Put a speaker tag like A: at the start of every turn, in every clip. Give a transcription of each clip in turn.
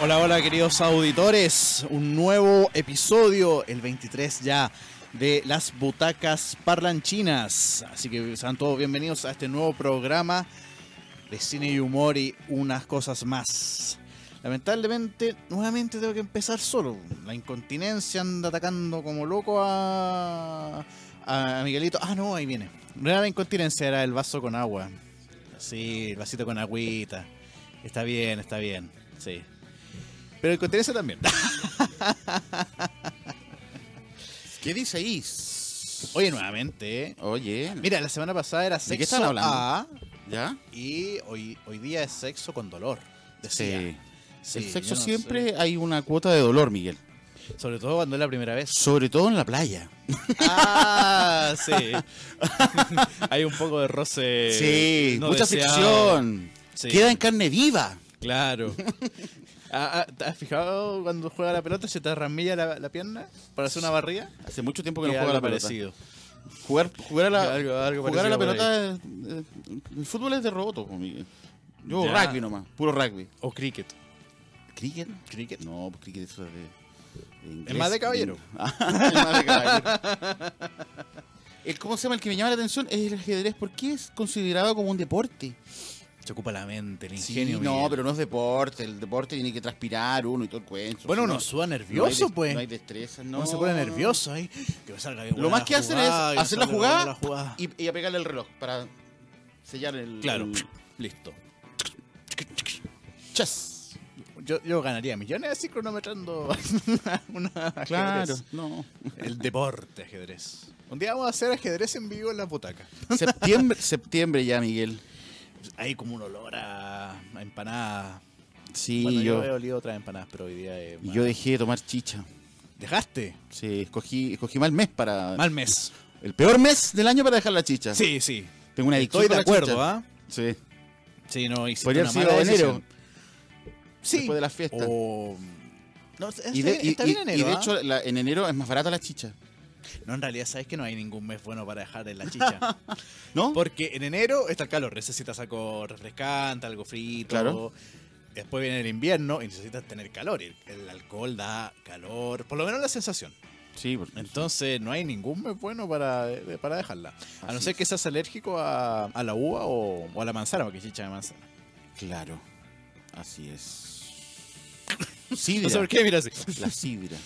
A: Hola, hola queridos auditores, un nuevo episodio, el 23 ya, de las butacas parlanchinas. Así que sean todos bienvenidos a este nuevo programa de cine y humor y unas cosas más. Lamentablemente, nuevamente tengo que empezar solo. La incontinencia anda atacando como loco a, a Miguelito. Ah, no, ahí viene. No era la incontinencia, era el vaso con agua. Sí, el vasito con agüita. Está bien, está bien. Sí. Pero incontinencia también.
B: ¿Qué dice ahí?
A: Oye, nuevamente, ¿eh?
B: Oye,
A: Mira, la semana pasada era sexo
B: ¿De qué están hablando?
A: A
B: ¿ya?
A: y hoy, hoy día es sexo con dolor. Decía.
B: Sí.
A: Sí,
B: El
A: yo
B: sexo
A: no
B: siempre hay una cuota de dolor, Miguel.
A: sé. Sobre todo cuando es la primera vez.
B: Sobre todo en la playa.
A: Ah, sí. Hay un poco de roce.
B: sí,
A: Eh, no
B: mucha
A: deseado.
B: fricción.
A: Sí.
B: Queda en carne viva.
A: Claro. Ah, ah, ¿Te has fijado cuando juega la pelota se te ramilla la, la pierna para hacer una barrida?
B: Hace mucho tiempo que no
A: Es
B: juega
A: algo
B: la pelota.
A: parecido.
B: Jugar, jugar a la,
A: Algo- algo
B: jugar a la
A: parecido por
B: pelota. eh, eh, el fútbol es de roboto, pues, Miguel. Yo
A: Ya.
B: rugby nomás, puro rugby.
A: O cricket.
B: ¿Cricket?
A: Cricket.
B: No, pues cricket eso es de. de inglés.
A: más de caballero.
B: Ah, es más de caballero. El- ¿Cómo se llama? El que me llama la atención es el ajedrez. ¿Por qué es considerado como un deporte?
A: Se ocupa la mente, el
B: Sí,
A: ingenio.
B: no,
A: Miguel.
B: pero no es deporte. El deporte tiene que transpirar uno y todo el cuento.
A: Bueno,
B: Si no-
A: uno suda
B: no hay
A: nervioso,
B: des-
A: pues.
B: No hay destreza, no.
A: Uno se pone nervioso ahí. Que me salga bien
B: Lo
A: buena
B: más
A: la
B: que hacen es
A: jugada, que me
B: hacer la
A: salga bien buena
B: jugada, Y, y apegarle el reloj para sellar el.
A: Claro,
B: el-
A: listo.
B: chess.
A: Yo, yo ganaría millones así cronometrando una ajedrez.
B: Claro, no.
A: El deporte ajedrez. Un día vamos a hacer ajedrez en vivo en la butaca.
B: Septiembre, septiembre ya, Miguel.
A: Hay como un olor a, a empanada.
B: Sí,
A: bueno, yo...
B: yo,
A: he olido otras empanadas, pero hoy día es
B: yo dejé de tomar chicha.
A: ¿Dejaste?
B: Sí, escogí, escogí mal mes para.
A: Mal mes.
B: El peor mes del año para dejar la chicha.
A: Sí, sí.
B: Tengo Ah. una adicción
A: Estoy de
B: con la
A: acuerdo,
B: chicha.
A: ¿ah?
B: Sí.
A: Sí, no, hiciste
B: Podría
A: una
B: haber sido
A: mala
B: enero.
A: decisión. Sí.
B: Después de las fiestas.
A: O- No, está,
B: Y de,
A: bien-
B: y-
A: está bien
B: y-
A: enero,
B: y de
A: ¿ah?
B: hecho, la- en enero es más barata la chicha.
A: No, en realidad, ¿sabes que no hay ningún mes bueno para dejar en la chicha?
B: ¿No?
A: Porque en enero está el calor, necesitas algo refrescante, algo frito.
B: Claro.
A: Después viene el invierno y necesitas tener calor. y el alcohol da calor, por lo menos la sensación.
B: Sí, porque-
A: Entonces no hay ningún mes bueno para, de- para dejarla. A no
B: Así
A: ser
B: es.
A: que seas alérgico a, a la uva o, o a la manzana, porque chicha de manzana.
B: Claro. Así es. Sidra.
A: No sé por qué, mira así.
B: La sidra.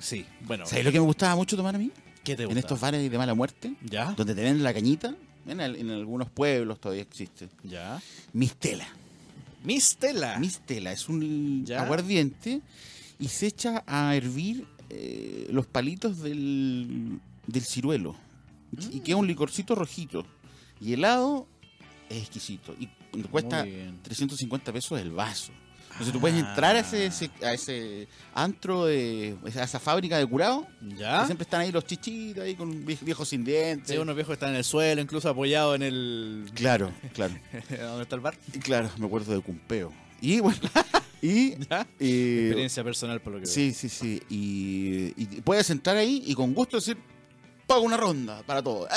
A: Sí, bueno.
B: ¿Sabes lo que me gustaba mucho tomar a mí?
A: ¿Qué te gusta?
B: En estos bares de mala muerte,
A: ¿Ya?
B: donde te venden la cañita, en, al- en algunos pueblos todavía existe.
A: ¿Ya?
B: Mistela.
A: Mistela.
B: Mistela es un
A: ¿Ya?
B: aguardiente y se echa a hervir eh, los palitos del, del ciruelo. Y queda
A: Mm.
B: un licorcito rojito. Y helado es exquisito. Y cuesta
A: Muy bien. Ah.
B: 350 pesos el vaso. Entonces tú puedes entrar a ese, ese- a ese antro, de, a esa fábrica de curado.
A: ¿Ya?
B: que siempre están ahí los chichitos, ahí con vie- viejos sin dientes.
A: ¿Ah? Sí, unos viejos que están en el suelo, incluso apoyado en el...
B: Claro, claro.
A: ¿Dónde está el bar?
B: Y claro, me acuerdo de Cumpeo. Y bueno, y...
A: ¿Ya?
B: eh,
A: Experiencia personal, por lo que veo.
B: sí, sí, sí. Y, y puedes entrar ahí y con gusto decir, pago una ronda para todo.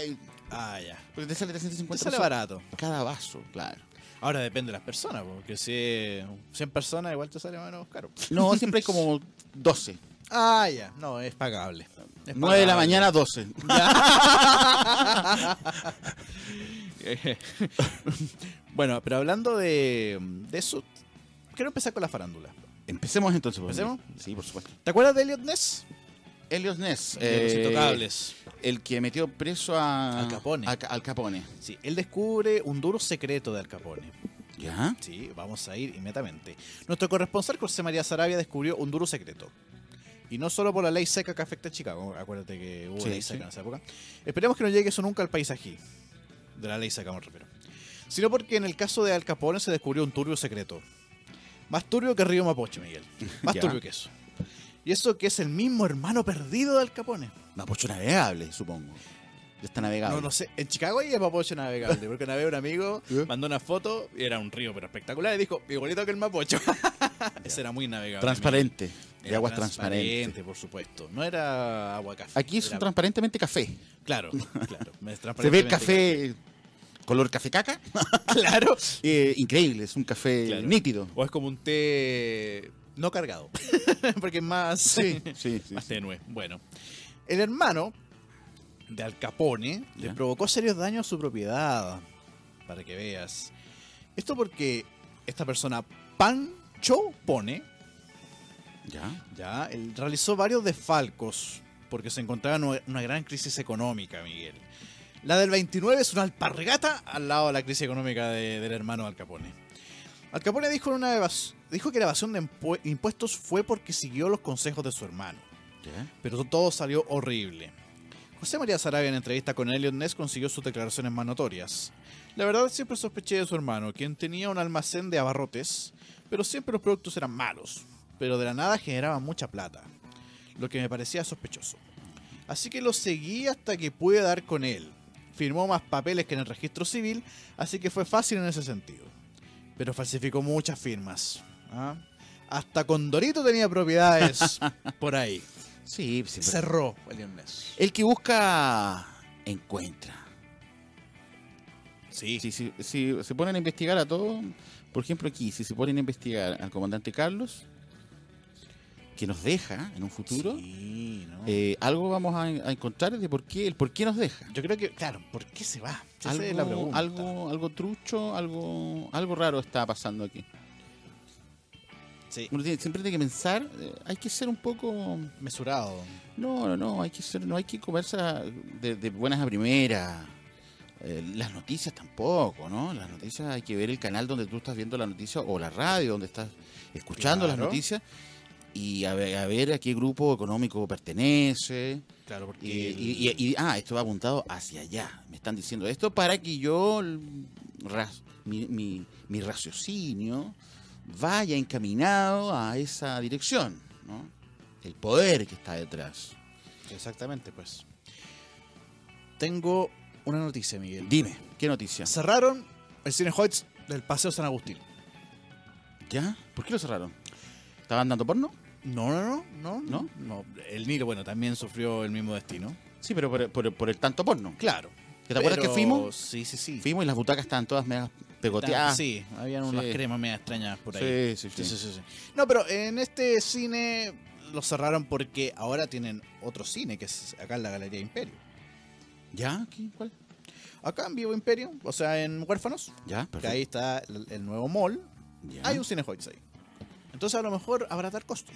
B: ¡Ey!
A: Ah, ya.
B: Porque te sale 350
A: Te sale
B: pesos
A: barato.
B: cada vaso, claro.
A: Ahora depende de las personas, porque si es 100 personas igual te sale menos caro.
B: No, siempre hay como 12.
A: Ah, ya. No, es pagable. Es
B: 9 de la
A: pagable.
B: mañana, 12.
A: bueno, pero hablando de, de eso, quiero empezar con la farándula.
B: Empecemos entonces. por
A: ¿Empecemos?
B: favor. Sí, por supuesto.
A: ¿Te acuerdas de Elliot Ness?
B: Helios Ness.
A: De los
B: eh,
A: intocables.
B: el que metió preso a...
A: Al Capone.
B: a- al Capone.
A: Sí, él descubre un duro secreto de Al Capone.
B: ¿Ya?
A: Sí, vamos a ir inmediatamente. Nuestro corresponsal José María Sarabia descubrió un duro secreto. Y no solo por la ley seca que afecta a Chicago, acuérdate que hubo
B: Sí,
A: ley
B: sí.
A: seca en esa época. Esperemos que no llegue eso nunca al país aquí, de la ley seca me refiero. Sino porque en el caso de Al Capone se descubrió un turbio secreto. Más turbio que Río Mapocho, Miguel. Más
B: Ya.
A: turbio que eso. Y eso que es el mismo hermano perdido de Al Capone.
B: Mapocho pues, navegable, supongo. Ya está navegable.
A: No, no sé. En Chicago hay mapocho navegable, porque una vez un amigo
B: ¿Eh?
A: mandó una foto y era un río, pero espectacular, y dijo, igualito que el mapocho. Ese era muy navegable.
B: Transparente.
A: Era
B: De aguas transparentes.
A: transparente, por supuesto. No era agua café.
B: Aquí es un
A: era-
B: transparentemente café.
A: Claro, claro.
B: Se ve
A: transparentemente
B: el café color café caca. claro. Eh, increíble, es un café
A: Claro.
B: nítido.
A: O es como un té no cargado, porque es más,
B: Sí, sí, sí.
A: más tenue. Bueno, el hermano de Al Capone le
B: Ya.
A: provocó serios daños a su propiedad, para que veas. Esto porque esta persona, Pancho Pone,
B: Ya.
A: ya, él realizó varios desfalcos porque se encontraba en una- una gran crisis económica, Miguel. La del 29 es una alpargata al lado de la crisis económica de- del hermano Al Capone. Al Capone dijo, en una evas- dijo que la evasión de impue- impuestos fue porque siguió los consejos de su hermano,
B: Ya.
A: pero todo salió horrible. José María Sarabia en entrevista con Elliot Ness consiguió sus declaraciones más notorias. La verdad siempre sospeché de su hermano, quien tenía un almacén de abarrotes, pero siempre los productos eran malos, pero de la nada generaba mucha plata, lo que me parecía sospechoso. Así que lo seguí hasta que pude dar con él. Firmó más papeles que en el registro civil, así que fue fácil en ese sentido. Pero falsificó muchas firmas. ¿ah? Hasta Condorito tenía propiedades por ahí.
B: Sí, sí, pero-
A: Cerró Elliot Ness.
B: El que busca, encuentra.
A: Sí.
B: Si, si- si se ponen a investigar a todos, por ejemplo aquí, si se ponen a investigar al comandante Carlos, que nos deja en un futuro,
A: Sí, ¿no?
B: eh, algo vamos a, a encontrar de por qué, el por qué nos deja.
A: Yo creo que, claro, ¿por qué se va? Esa
B: Algo,
A: es la pregunta.
B: algo, algo trucho, algo, algo raro está pasando aquí.
A: Sí,
B: Uno tiene- siempre tiene que pensar, eh, hay que ser un poco,
A: mesurado.
B: no, no, no, hay que ser, no hay que comerse a- de, de buenas a primeras. Eh, las noticias tampoco, ¿no? Las noticias hay que ver el canal donde tú estás viendo la noticia o la radio donde estás escuchando las
A: Claro.
B: noticias y a ver, a ver a qué grupo económico pertenece.
A: Claro, porque.
B: Y, y- y- y- ah, esto va apuntado hacia allá. Me están diciendo esto para que yo, l- ras- mi, mi- mi raciocinio, vaya encaminado a esa dirección. ¿no? El poder que está detrás.
A: Exactamente, pues. Tengo una noticia, Miguel.
B: Dime, ¿qué noticia?
A: Cerraron el cine Hoyts del Paseo San Agustín.
B: ¿Ya? ¿Por qué lo cerraron? ¿Estaban dando porno?
A: No, no, no, no,
B: ¿No?
A: El Nilo, bueno, también sufrió el mismo destino.
B: Sí, pero por, por- por el tanto porno.
A: Claro.
B: ¿Te acuerdas
A: Pero-
B: que fuimos?
A: Sí, sí, sí.
B: Fuimos y las butacas estaban todas megas
A: Tan-
B: pegoteadas.
A: Sí, habían unas
B: Sí.
A: cremas medio extrañas por ahí.
B: sí,
A: Sí, sí, sí, sí. No, pero en este cine lo cerraron porque ahora tienen otro cine, que es acá en la Galería Imperio.
B: ¿Ya? ¿Qué? ¿Cuál?
A: Acá en Vivo Imperio, o sea, en Huérfanos,
B: Ya,
A: que ahí
B: perfecto.
A: está el, el nuevo mall,
B: Ya.
A: hay un cine Hoyts ahí. Entonces a lo mejor abaratar costos.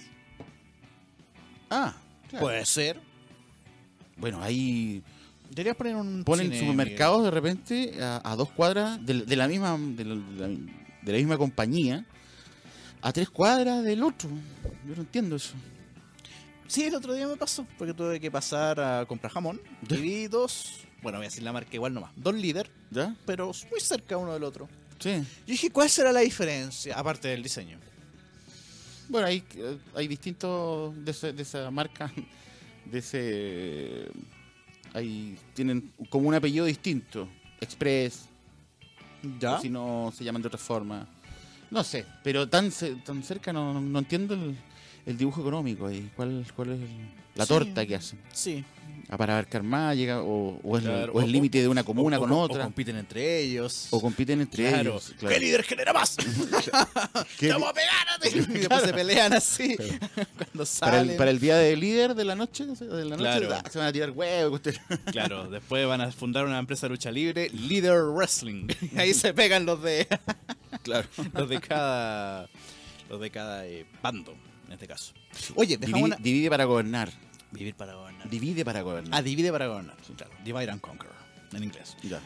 B: Ah, claro.
A: Puede ser.
B: Bueno, ahí
A: Deberías poner un
B: ponen
A: cine,
B: supermercados de repente a, a dos cuadras de, de la misma de la, de la- de la misma compañía a tres cuadras del otro. Yo no entiendo eso.
A: Miguel. Sí, el otro día me pasó, porque tuve que pasar a comprar jamón. Y vi dos, bueno, voy a decir la marca igual nomás, dos líder,
B: ¿Ya?
A: pero muy cerca uno del otro.
B: Sí.
A: Yo dije, ¿cuál será la diferencia? Aparte del diseño.
B: Bueno, hay, eh, hay distintos de, ese- de esa marca, de ese hay tienen como un apellido distinto, Express,
A: ¿Ya?
B: o si no se llaman de otra forma. No sé, pero tan ce- tan cerca no, no- no entiendo el, el dibujo económico ahí. ¿Cuál, cuál es el- la
A: Sí.
B: torta que hacen?
A: Sí,
B: Ah, para abarcar más, llega, o, o es,
A: Claro,
B: o es
A: o-
B: límite de una comuna
A: o-
B: con
A: o- o
B: otra, o,
A: compiten entre ellos.
B: compiten entre
A: claro.
B: ellos.
A: ¿Qué líder genera más?
B: ¿Qué
A: ¡Te vamos a pegar a ti! Y después se pelean así. Cuando
B: para,
A: salen.
B: el, para el día del líder de la noche, de la noche
A: Claro.
B: ah, se van a tirar huevos. usted-
A: Claro, después van a fundar una empresa de lucha libre, Leader Wrestling. Y ahí se pegan los de. Claro. Los de cada. Los de cada eh, bando, en este caso. Oye,
B: Divide,
A: dejamos una.
B: divide para gobernar.
A: Vivir para gobernar.
B: Divide para gobernar.
A: Ah, divide para gobernar. Claro, divide and conquer, en inglés.
B: Ya.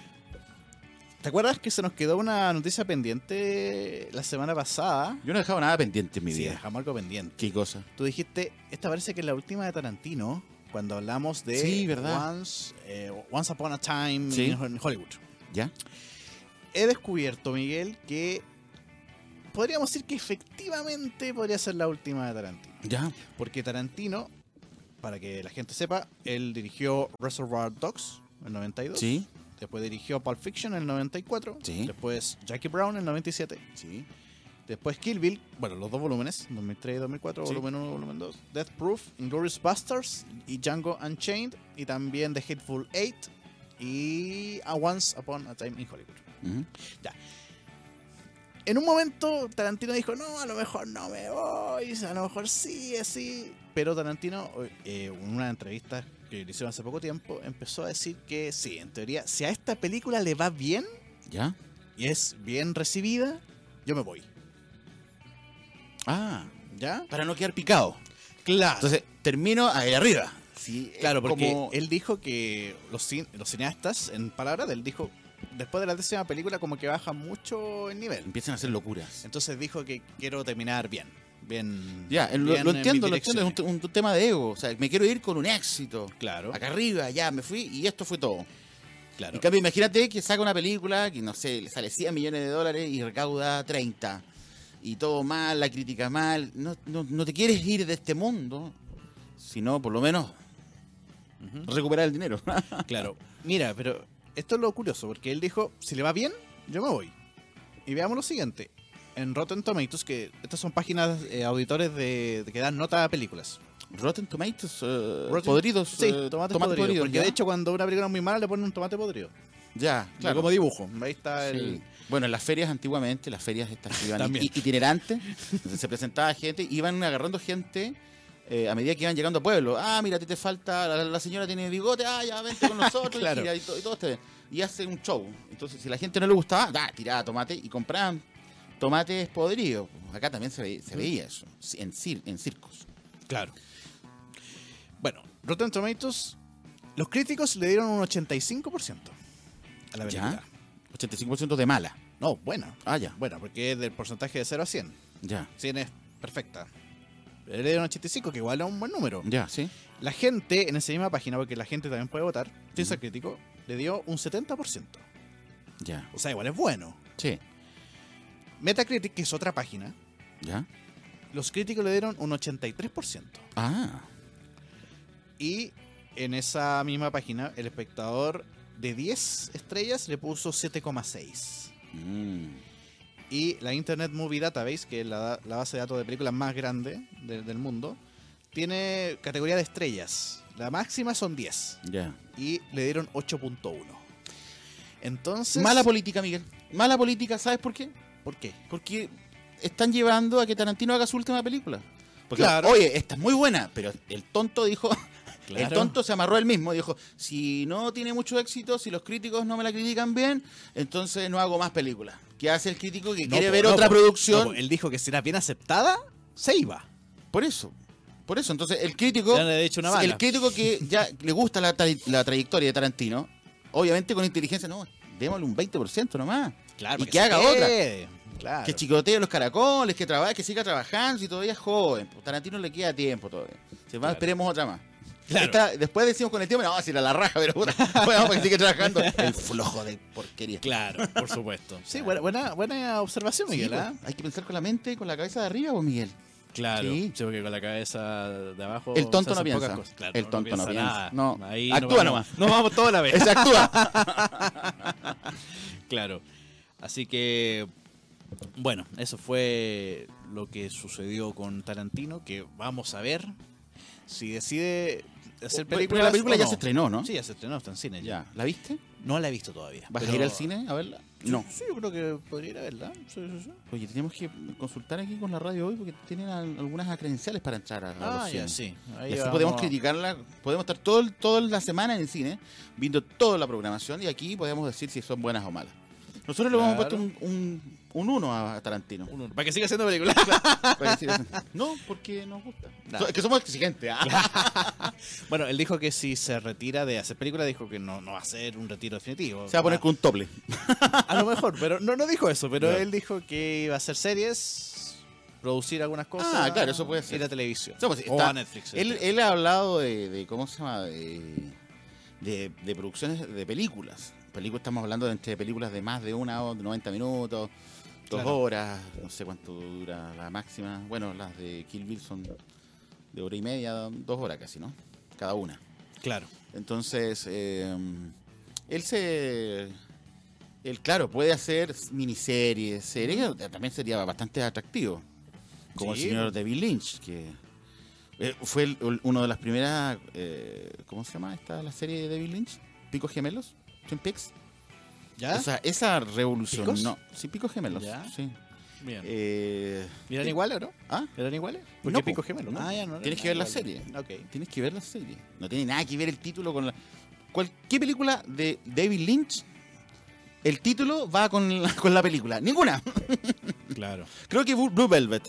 A: ¿Te acuerdas que se nos quedó una noticia pendiente la semana pasada?
B: Yo no he dejado nada pendiente en mi
A: sí,
B: vida.
A: dejamos algo pendiente.
B: Qué cosa.
A: Tú dijiste, esta parece que es la última de Tarantino, cuando hablamos de
B: Sí, ¿verdad?
A: Once, eh, Once Upon a Time
B: Sí.
A: en Hollywood.
B: ¿Ya?
A: He descubierto, Miguel, que podríamos decir que efectivamente podría ser la última de Tarantino.
B: ¿Ya?
A: Porque Tarantino, para que la gente sepa, él dirigió Reservoir Dogs en el 92.
B: Sí.
A: Después dirigió Pulp Fiction en el 94.
B: Sí.
A: Después Jackie Brown en el 97.
B: Sí.
A: Después Kill Bill, bueno, los dos volúmenes, 2003 y 2004,
B: Sí.
A: volumen 1, volumen 2. Death Proof, Inglourious Basterds y Django Unchained. Y también The Hateful Eight y A Once Upon a Time in Hollywood.
B: Ujú.
A: En un momento Tarantino dijo, no, a lo mejor no me voy, a lo mejor sí, así. Pero Tarantino, eh, en una entrevista que le hicieron hace poco tiempo, empezó a decir que sí, en teoría, si a esta película le va bien
B: ¿Ya?
A: y es bien recibida, yo me voy.
B: Ah,
A: ¿Ya?
B: para no quedar picado.
A: Claro.
B: Entonces, termino ahí arriba. Sí, es
A: Claro, porque
B: eh, como-
A: él dijo que los, cin- los cineastas, en palabras de él, dijo, después de la décima película como que baja mucho el nivel.
B: empiezan a hacer locuras.
A: Entonces dijo que quiero terminar bien. Bien.
B: Ya, el- lo,
A: bien
B: lo
A: en
B: entiendo,
A: mis
B: lo entiendo, es un,
A: direcciones.
B: te- un tema de ego. O sea, me quiero ir con un éxito.
A: Claro,
B: Acá arriba, ya me fui y esto fue todo.
A: claro.
B: En cambio, imagínate que saca una película que, no sé, le sale 100 millones de dólares y recauda 30. Y todo mal, la crítica mal. No, no, no te quieres ir de este mundo, sino por lo menos
A: Ujú.
B: recuperar el dinero.
A: Claro. Mira, pero esto es lo curioso, porque él dijo, si le va bien, yo me voy. Y veamos lo siguiente. En Rotten Tomatoes, que estas son páginas eh, auditores de, de que dan nota a películas.
B: Rotten Tomatoes, eh,
A: Rotten-
B: podridos.
A: Sí,
B: eh,
A: tomates
B: tomate
A: podridos.
B: podrido,
A: porque
B: ¿ya?
A: de hecho cuando una película es muy mala le ponen un tomate podrido.
B: Ya, claro.
A: Como dibujo. Ahí está
B: Sí.
A: el...
B: Bueno, en las ferias antiguamente, las ferias estas que iban
A: También.
B: i- itinerantes, entonces se presentaba gente, iban agarrando gente eh, a medida que iban llegando a pueblo. Ah, mira, a ti te falta, la, la señora tiene bigote, ah, ya vente con nosotros,
A: Claro.
B: y, gira, y to- y todos te ven. Y hace un show. Entonces, si la gente no le gustaba, da, tiraba tomate y compraban tomates podridos. Acá también se, ve- se veía eso, sí, en, cir- en circos.
A: Claro. Bueno, Rotten Tomatoes, los críticos le dieron un 85% a la película.
B: ¿Ya? 85% de mala.
A: No, buena.
B: Ah, ya,
A: Buena, porque es del porcentaje de 0 a 100.
B: ya,
A: 100 es perfecta. Le dieron 85, que igual es un buen número.
B: ya, sí.
A: La gente, en esa misma página, porque la gente también puede votar, sin
B: Ujú.
A: ser crítico, le dio un 70%.
B: Ya,
A: O sea, igual es bueno.
B: sí,
A: Metacritic, que es otra página,
B: ya.
A: los críticos le dieron un 83%.
B: Ah,
A: Y en esa misma página, el espectador de 10 estrellas le puso 7,6.
B: mm,
A: Y la Internet Movie Database, que es la, la base de datos de películas más grande de- del mundo, tiene categoría de estrellas. La máxima son 10.
B: ya.
A: Y le dieron 8.1. Entonces...
B: Mala política, Miguel. Mala política, ¿sabes por qué?
A: ¿Por qué?
B: Porque están llevando a que Tarantino haga su última película. Porque,
A: Claro.
B: oye, esta es muy buena, pero el tonto dijo, el tonto se amarró él mismo, dijo, si no tiene mucho éxito, si los críticos no me la critican bien, entonces no hago más películas. ¿Qué hace el crítico que
A: No,
B: quiere
A: po,
B: ver
A: no,
B: otra
A: po,
B: producción?
A: no, po, él dijo que si era bien aceptada, se iba.
B: Por eso. Por eso, entonces el crítico,
A: Ya le he hecho una
B: el
A: bala.
B: crítico que ya le gusta la, tra- la trayectoria de Tarantino, obviamente con inteligencia, no, démosle un 20% nomás.
A: Claro,
B: y
A: para
B: que haga
A: se
B: otra.
A: quede. Claro.
B: Que chicotee los caracoles, que trabaje, que siga trabajando, si todavía es joven. Pues, Tarantino le queda tiempo todavía. Se va,
A: Claro.
B: esperemos otra más.
A: Claro.
B: Esta- después decimos con el tiempo, no, si era la raja, pero puta, bueno, para que siga trabajando. El flojo de porquería.
A: Claro, por supuesto. Sí, buena, buena, buena observación,
B: Sí,
A: Miguel. ¿ah?
B: pues, hay que pensar con la mente y con la cabeza de arriba, pues Miguel.
A: Claro,
B: Sí.
A: sí, porque con la cabeza de abajo.
B: El
A: se
B: tonto
A: hacen
B: no piensa.
A: pocas cosas. Claro,
B: El tonto no piensa.
A: nada.
B: No,
A: Ahí
B: actúa
A: nos vamos-
B: nomás.
A: Nos vamos toda la vez.
B: Ese actúa.
A: claro. Así que, bueno, eso fue lo que sucedió con Tarantino. Que vamos a ver si decide hacer
B: Pero
A: películas.
B: la película
A: o
B: ya
A: no.
B: se estrenó, ¿no?
A: Sí, ya se estrenó, está en cine. Ya.
B: Ya. ¿La viste?
A: No la he visto todavía.
B: ¿Vas a
A: pero-
B: ir al cine a verla?
A: Sí,
B: No.
A: Sí, yo creo que podría ir a verla. Sí, sí, sí.
B: Oye, tenemos que consultar aquí con la radio hoy porque tienen al- algunas credenciales para entrar a, a los
A: Ah, ya,
B: cines.
A: sí.
B: Y
A: Ahí
B: así
A: vamos
B: podemos
A: a-
B: criticarla, podemos estar todo, el- toda la semana en el cine, viendo toda la programación y aquí podemos decir si son buenas o malas. Nosotros le hemos puesto
A: Claro.
B: un, un, un uno a a Tarantino.
A: Uno- Para que siga haciendo películas.
B: para decir así. no, porque nos gusta.
A: Nah.
B: So- es que somos exigentes. ah.
A: Bueno, él dijo que si se retira de hacer películas, dijo que no, no va a ser un retiro definitivo.
B: Se va a poner con un tople.
A: a, a lo mejor, pero no, no dijo eso, pero
B: Claro.
A: él dijo que iba a hacer series, producir algunas cosas.
B: Ah, claro, eso puede ser.
A: Ir a televisión.
B: O sea, pues,
A: o
B: está-
A: a Netflix. este,
B: Él, él ha hablado de, de- ¿cómo se llama? De, de- de producciones de películas. Películas, estamos hablando de entre películas de más de una hora, de 90 minutos, dos
A: Claro.
B: horas, no sé cuánto dura la máxima. Bueno, las de Kill Bill son de hora y media, dos horas casi, ¿no? Cada una.
A: Claro.
B: Entonces, eh, él se... Él, claro, puede hacer miniseries, series, que también sería bastante atractivo. Como
A: Sí. pues.
B: el señor David Lynch, que eh, fue el- el- uno de las primeras... eh, ¿Cómo se llama esta la serie de David Lynch? ¿Picos Gemelos? Twin Peaks.
A: ¿Ya?
B: O sea, esa revolución.
A: ¿Picos?
B: No, sí, picos gemelos.
A: Ya.
B: Sí.
A: Bien.
B: Eh,
A: ¿Y eran iguales o no?
B: ¿Ah?
A: ¿Eran iguales?
B: No,
A: Porque
B: po.
A: Pico Gemelo, ¿no?
B: Ah, ya, no, Tienes que ver la serie.
A: Ok.
B: Tienes que ver la serie. No tiene nada que ver el título con la. Cual- ¿Qué película de David Lynch? El título va con la, con la película. Ninguna.
A: Claro.
B: Creo que Bu- Blue Velvet.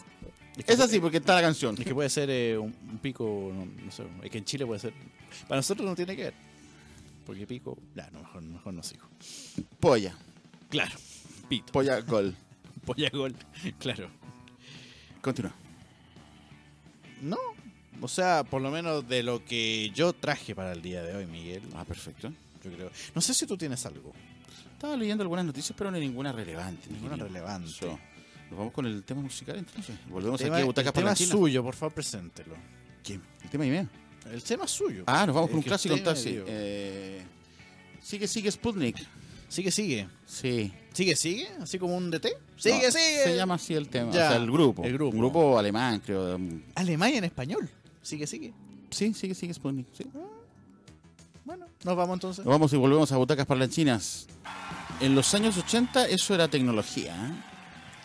A: que-
B: Es así, porque está la canción.
A: Es que puede ser eh, un, un pico, no, no sé, es que en Chile puede ser. Para nosotros no tiene que ver. Porque pico, ya, no, mejor, mejor no sigo.
B: Polla.
A: Claro, pito.
B: Polla Gol.
A: Polla gol, claro.
B: Continúa.
A: No, o sea, por lo menos de lo que yo traje para el día de hoy, Miguel,
B: Ah, perfecto.
A: yo creo. No sé si tú tienes algo,
B: Estaba leyendo algunas noticias, pero no ninguna relevante.
A: ninguna
B: querido.
A: relevante.
B: So, Nos vamos con el tema musical entonces. Volvemos
A: tema,
B: aquí a Butacas
A: el tema
B: para
A: es suyo, por favor, preséntelo.
B: El tema y medio.
A: El tema es suyo.
B: Ah, nos vamos
A: El
B: con un
A: que
B: clásico
A: usted me
B: entonces.
A: dio.
B: Eh, sigue, sigue Sputnik.
A: Sigue, sigue.
B: Sí.
A: Sigue, sigue, así como un DT. Sigue,
B: No,
A: sigue.
B: Se llama así el tema.
A: Ya,
B: O sea, el grupo.
A: el grupo.
B: Un grupo alemán, creo. Um,
A: Alemania en español. Sigue, sigue.
B: Sí, sigue, sigue Sputnik. sí.
A: Bueno, nos vamos entonces.
B: Nos vamos y volvemos a Butacas Parlanchinas. En los años 80 eso era tecnología. ¿eh?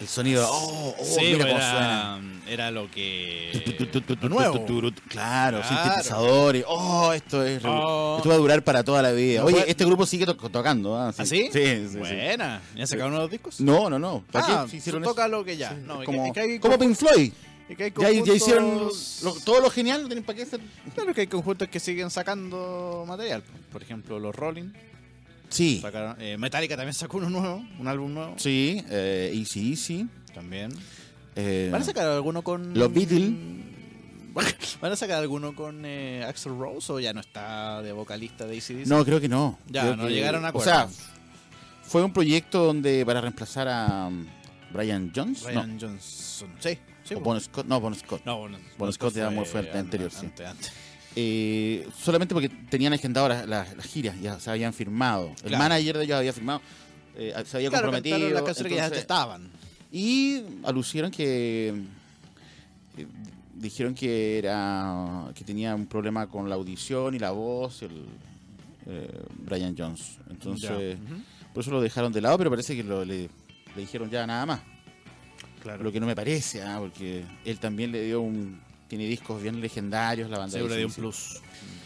B: El sonido. Oh, oh,
A: Sí,
B: mira cómo suena.
A: era, era lo que.
B: Tu, tu, tu, tu,
A: lo nuevo.
B: Eh, tu, tu, tu, Claro,
A: Claro.
B: sintetizadores. Oh, esto es. revo-
A: Oh.
B: Esto va a durar para toda la vida.
A: No
B: Oye,
A: puede-
B: este grupo sigue to- tocando. ¿ah?
A: ¿Ah, sí?
B: Sí, sí, sí.
A: Buena. ¿Ya sacaron los discos?
B: No, no, no. ¿Para
A: Ah,
B: qué se
A: se
B: hicieron
A: toca lo que ya. No,
B: eso?
A: es que-
B: Como,
A: es que hay
B: como
A: conjuntos-
B: Pink Floyd.
A: es que hay
B: Ya, ya hicieron
A: conjuntos-
B: lo- todo lo genial, no tienen para qué hacer.
A: Claro que hay conjuntos que siguen sacando material. Por ejemplo, los Rolling.
B: Sí.
A: Sacaron, eh, Metallica también sacó uno nuevo, un álbum nuevo.
B: Sí, eh, Easy Easy.
A: También.
B: eh,
A: ¿Van a sacar alguno con.
B: Los Beatles.
A: ¿Van a sacar alguno con eh, Axel Rose o ya no está de vocalista de ACDC?
B: no, creo que no.
A: Ya,
B: Creo
A: no
B: que-
A: llegaron a
B: O
A: acuerdo.
B: sea, fue un proyecto donde para reemplazar a um, Brian Jones.
A: Ryan Johnson. Sí, sí.
B: no,
A: pues.
B: o Bon Scott. No, Bon Scott.
A: No, bueno,
B: Bon Scott era muy fuerte,
A: an-
B: anterior, sí.
A: ante- ante.
B: Eh, solamente porque tenían agendado las, las- las giras, ya se habían firmado. El
A: Claro.
B: manager de ellos había firmado, eh, se había
A: Claro,
B: comprometido.
A: cantaron las canciones que ya
B: entonces-
A: estaban.
B: Y alucieron que. eh, dijeron que era. que tenía un problema con la audición y la voz, el. eh, Brian Jones. Entonces, por eso lo dejaron de lado, pero parece que lo- le, le dijeron ya nada más.
A: claro.
B: Lo que no me parece, ah, porque él también le dio un. Tiene discos bien legendarios, la banda.
A: Seguro
B: de
A: de un
B: AC/DC.
A: plus.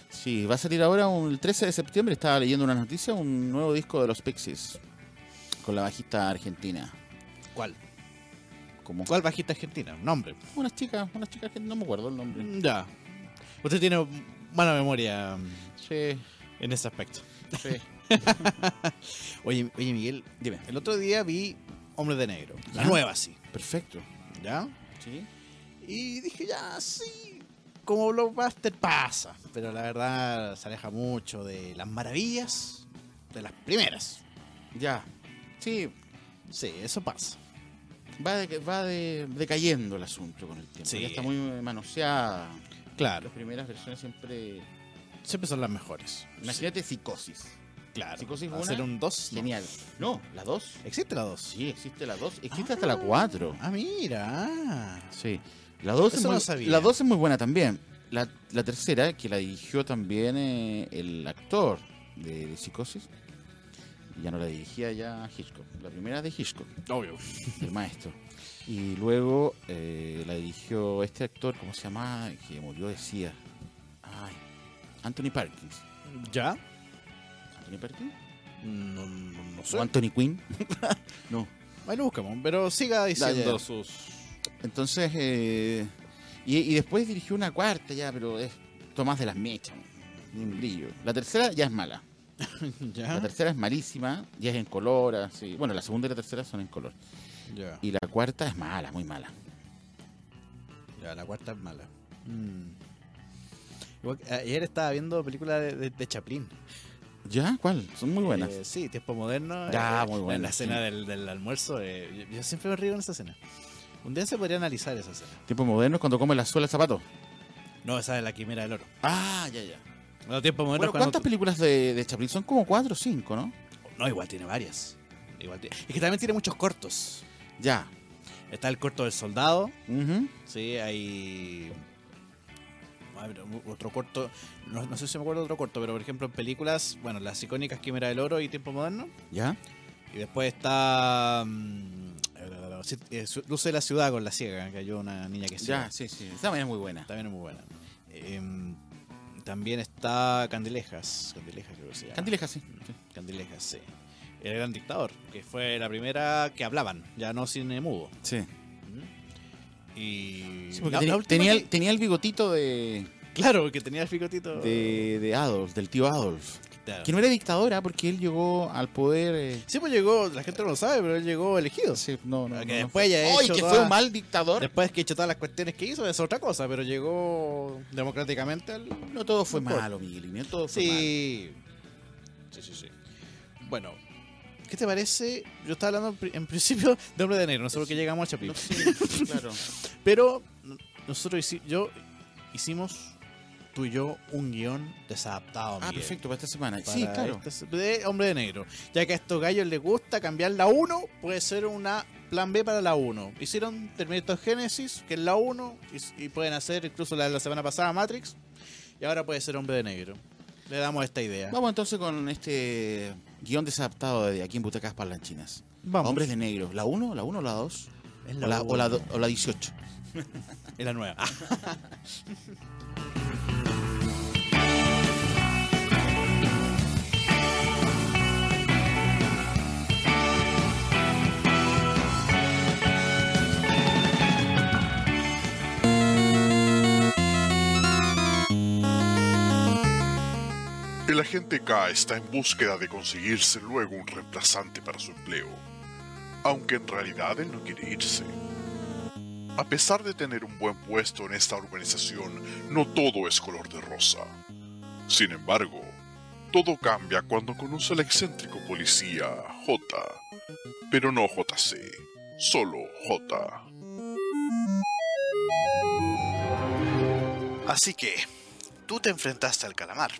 B: Sí, va a salir ahora un- el 13 de septiembre, estaba leyendo una noticia, un nuevo disco de los Pixies con la bajista argentina.
A: ¿Cuál?
B: Como
A: ¿Cuál bajista argentina? Un nombre. Mm,
B: unas chicas, unas chicas que no me acuerdo el nombre.
A: Ya. Usted tiene mala memoria mm,
B: Sí,
A: en ese aspecto.
B: sí.
A: Oye, oye Miguel,
B: Dime.
A: el otro día vi Hombre de Negro. La
B: Ya.
A: nueva, sí.
B: Eh, Perfecto.
A: ¿Ya?
B: Sí.
A: Y dije, ya, sí. Como blockbuster pasa. Pero la verdad se aleja mucho de las maravillas de las primeras.
B: Ya. Sí,
A: Sí, eso pasa.
B: va, de, va de- decayendo el asunto con el tiempo.
A: Sí.
B: Ya está muy manoseada.
A: Claro.
B: Las primeras versiones siempre...
A: Siempre son las mejores.
B: Imagínate psicosis.
A: Claro.
B: Psicosis
A: Hacer
B: una,
A: un 2.
B: Genial. No, la 2.
A: ¿Existe la 2?
B: Sí, existe la 2. Existe hasta la 4.
A: Ah, mira.
B: Sí. La 2
A: Eso
B: es,
A: no
B: muy-
A: sabía.
B: la dos es muy buena también. La, la tercera, que la dirigió también eh, el actor de, de Psicosis, ya no la dirigía ya Hitchcock. La primera de Hitchcock,
A: Obvio.
B: el maestro. Y luego eh, la dirigió este actor, ¿cómo se llamaba? Que murió de SIDA. Ay, Anthony Perkins.
A: ¿Ya?
B: ¿Anthony Perkins?
A: No, no, no sé.
B: ¿O Anthony Quinn? no.
A: Ahí lo buscamos, pero siga diciendo
B: ya.
A: sus.
B: Entonces, eh, y, y después dirigió una cuarta ya, pero es Tomás de las Mechas, ni
A: Mm.
B: un brillo. La tercera ya es mala, la
A: ¿Ya?
B: tercera es malísima, ya es en color, así. Bueno, la segunda y la tercera son en color.
A: Ya.
B: Y la cuarta es mala, muy mala.
A: Ya, la cuarta es mala. Mm. Igual que ayer estaba viendo películas de, de- de Chaplin.
B: ¿Ya? ¿Cuál? Son muy buenas.
A: Eh, sí, tiempo moderno.
B: Ya,
A: eh,
B: muy
A: la-
B: buena,
A: La
B: sí.
A: escena del, del almuerzo. eh, yo, yo siempre me río en esa escena. Un día se podría analizar esa escena.
B: Tiempo moderno es cuando come la suela del zapato.
A: No, esa de la quimera del oro.
B: Ah, ya, ya.
A: No, tiempo moderno
B: Bueno,
A: es cuando
B: ¿cuántas
A: tú-
B: películas de, de Chaplin? Son como cuatro o cinco, ¿no?
A: No, igual tiene varias. Igual ti- Es que también tiene muchos cortos.
B: Ya.
A: Está el corto del soldado.
B: Ujú.
A: Sí, hay. a ver, otro corto, no, no sé si me acuerdo de otro corto, pero por ejemplo en películas, bueno, las icónicas Quimera del Oro y Tiempo Moderno,
B: ¿Ya?
A: y después está mm, eh, sí, eh, su- Luces de la Ciudad con la ciega, que hay una niña que es ciega.
B: Ya, sí, sí. Esa manera es muy buena.
A: También es muy buena. Em, también está Candilejas, Candilejas creo que se llama.
B: Cantileja, sí.
A: Candilejas, sí. El gran dictador, que fue la primera que hablaban, ya no cine mudo.
B: Sí.
A: Y
B: Sí, porque
A: la-
B: tenía-
A: la última
B: tenía,
A: que-
B: el- tenía el bigotito de,
A: Claro, que tenía el picotito.
B: de, de Adolf, del tío Adolf.
A: Claro.
B: Que no era dictadora porque él llegó al poder. eh,
A: Sí, pues llegó, la gente no lo sabe, pero él llegó elegido.
B: sí, no, no,
A: Que
B: no, no
A: después
B: fue-
A: haya
B: ¡Ay,
A: hecho
B: que
A: toda-
B: fue un mal dictador!
A: Después que hecho todas las cuestiones que hizo, es otra cosa, pero llegó democráticamente al.
B: No todo fue
A: Mejor.
B: malo, Miguelín. No todo fue malo.
A: Sí. Sí, sí, sí. Bueno, ¿qué te parece? Yo estaba hablando en pri- en principio de Hombre de Enero, no sé por qué llegamos a Chapín.
B: No sé, claro.
A: Pero n- nosotros hici- yo hicimos, tú y yo, un guión desadaptado.
B: Ah,
A: Miguel,
B: perfecto, para esta semana.
A: para
B: sí, claro.
A: este se- de Hombre de Negro. Ya que a estos gallos les gusta cambiar la 1, puede ser una plan B para la 1. Hicieron Terminator Genesis, que es la 1, y, s- y pueden hacer incluso la de la semana pasada Matrix, y ahora puede ser Hombre de Negro. Le damos esta idea.
B: Vamos entonces con este guión desadaptado de aquí en Butacas Parlanchinas.
A: Vamos.
B: Hombres de Negro. ¿La 1, la 1 o la 2?
A: Es
B: O la, o la,
A: uno.
B: do- o la 18.
A: Es la nueva. Ah.
C: El agente K está en búsqueda de conseguirse luego un reemplazante para su empleo, aunque en realidad él no quiere irse. A pesar de tener un buen puesto en esta organización, no todo es color de rosa. Sin embargo, todo cambia cuando conoce al excéntrico policía J, pero no JC, solo J.
A: Así que, tú te enfrentaste al calamar.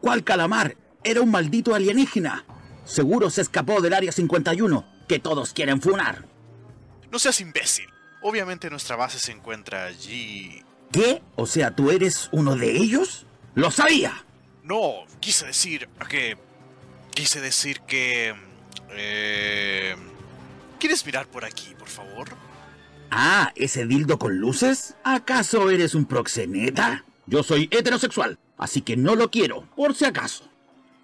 D: ¿Cuál calamar? Era un maldito alienígena. Seguro se escapó del área 51, que todos quieren funar.
A: No seas imbécil. Obviamente nuestra base se encuentra allí.
D: ¿Qué? O sea, ¿tú eres uno de ellos? ¡Lo sabía!
A: No, quise decir que... Quise decir que... eh, ¿Quieres mirar por aquí, por favor?
D: Ah, ¿ese dildo con luces? ¿Acaso eres un proxeneta? Yo soy heterosexual, así que no lo quiero, por si acaso.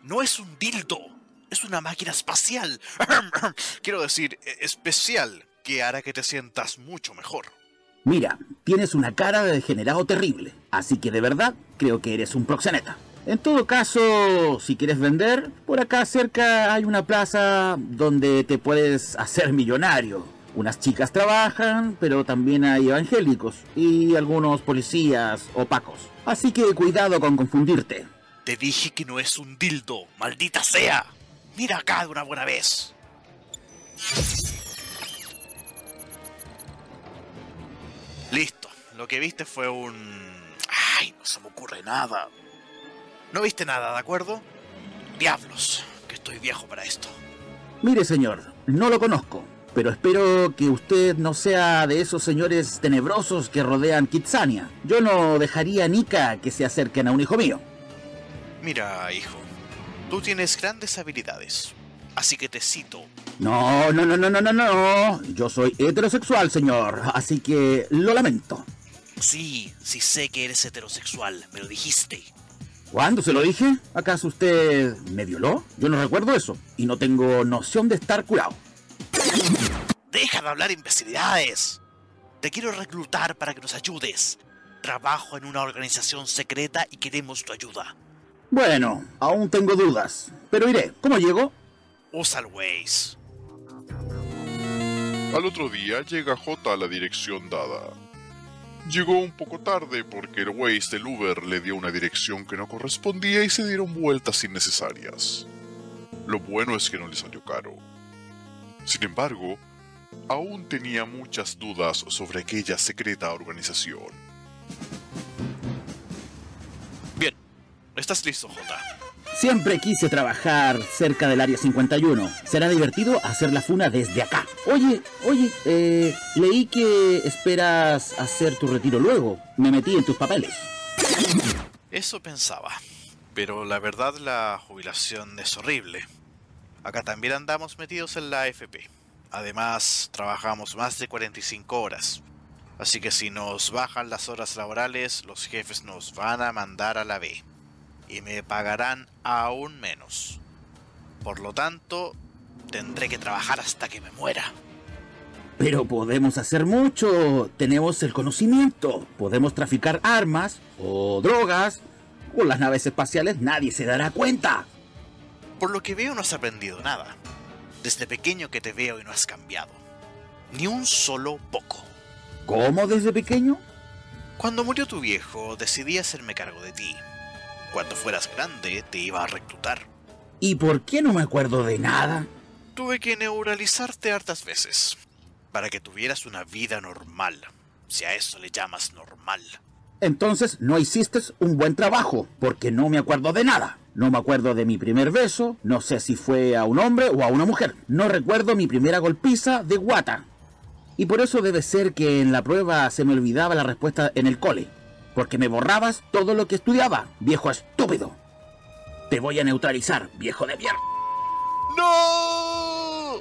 A: No es un dildo. Es una máquina espacial. Quiero decir, e- especial, que hará que te sientas mucho mejor.
D: Mira, tienes una cara de degenerado terrible, así que de verdad creo que eres un proxeneta. En todo caso, si quieres vender, por acá cerca hay una plaza donde te puedes hacer millonario. Unas chicas trabajan, pero también hay evangélicos y algunos policías opacos. Así que cuidado con confundirte.
A: Te dije que no es un dildo, maldita sea. Mira acá de una buena vez. Listo, lo que viste fue un... Ay, no se me ocurre nada. No viste nada, ¿de acuerdo? Diablos, que estoy viejo para esto.
D: Mire, señor, no lo conozco, pero espero que usted no sea de esos señores tenebrosos que rodean Kitsania. Yo no dejaría a Nika que se acerquen a un hijo mío.
A: Mira, hijo, tú tienes grandes habilidades, así que te cito.
D: No, no, no, no, no, no, no. Yo soy heterosexual, señor, así que lo lamento.
A: Sí, sí sé que eres heterosexual, me lo dijiste.
D: ¿Cuándo se lo dije? ¿Acaso usted me violó? Yo no recuerdo eso y no tengo noción de estar curado.
A: Deja de hablar imbecilidades. Te quiero reclutar para que nos ayudes. Trabajo en una organización secreta y queremos tu ayuda.
D: Bueno, aún tengo dudas, pero iré. ¿Cómo llego?
A: Usa el Waze.
C: Al otro día llega J a la dirección dada. Llegó un poco tarde porque el Waze del Uber le dio una dirección que no correspondía y se dieron vueltas innecesarias. Lo bueno es que no le salió caro. Sin embargo, aún tenía muchas dudas sobre aquella secreta organización.
A: Bien. Estás listo, Jota.
D: Siempre quise trabajar cerca del área 51. Será divertido hacer la funa desde acá. Oye, oye, eh, leí que esperas hacer tu retiro luego. Me metí en tus papeles.
E: Eso pensaba. Pero la verdad la jubilación es horrible. Acá también andamos metidos en la AFP. Además, trabajamos más de 45 horas. Así que si nos bajan las horas laborales, los jefes nos van a mandar a la B. Y me pagarán aún menos. Por lo tanto, tendré que trabajar hasta que me muera.
D: Pero podemos hacer mucho. Tenemos el conocimiento. Podemos traficar armas o drogas. Con las naves espaciales nadie se dará cuenta.
E: Por lo que veo no has aprendido nada. Desde pequeño que te veo y no has cambiado. Ni un solo poco.
D: ¿Cómo desde pequeño?
E: Cuando murió tu viejo, decidí hacerme cargo de ti. Cuando fueras grande, te iba a reclutar.
D: ¿Y por qué no me acuerdo de nada?
E: Tuve que neuralizarte hartas veces. Para que tuvieras una vida normal. Si a eso le llamas normal.
D: Entonces no hiciste un buen trabajo, porque no me acuerdo de nada. No me acuerdo de mi primer beso, no sé si fue a un hombre o a una mujer. No recuerdo mi primera golpiza de guata. Y por eso debe ser que en la prueba se me olvidaba la respuesta en el cole. Porque me borrabas todo lo que estudiaba, viejo estúpido. Te voy a neutralizar, viejo de mierda.
E: ¡No!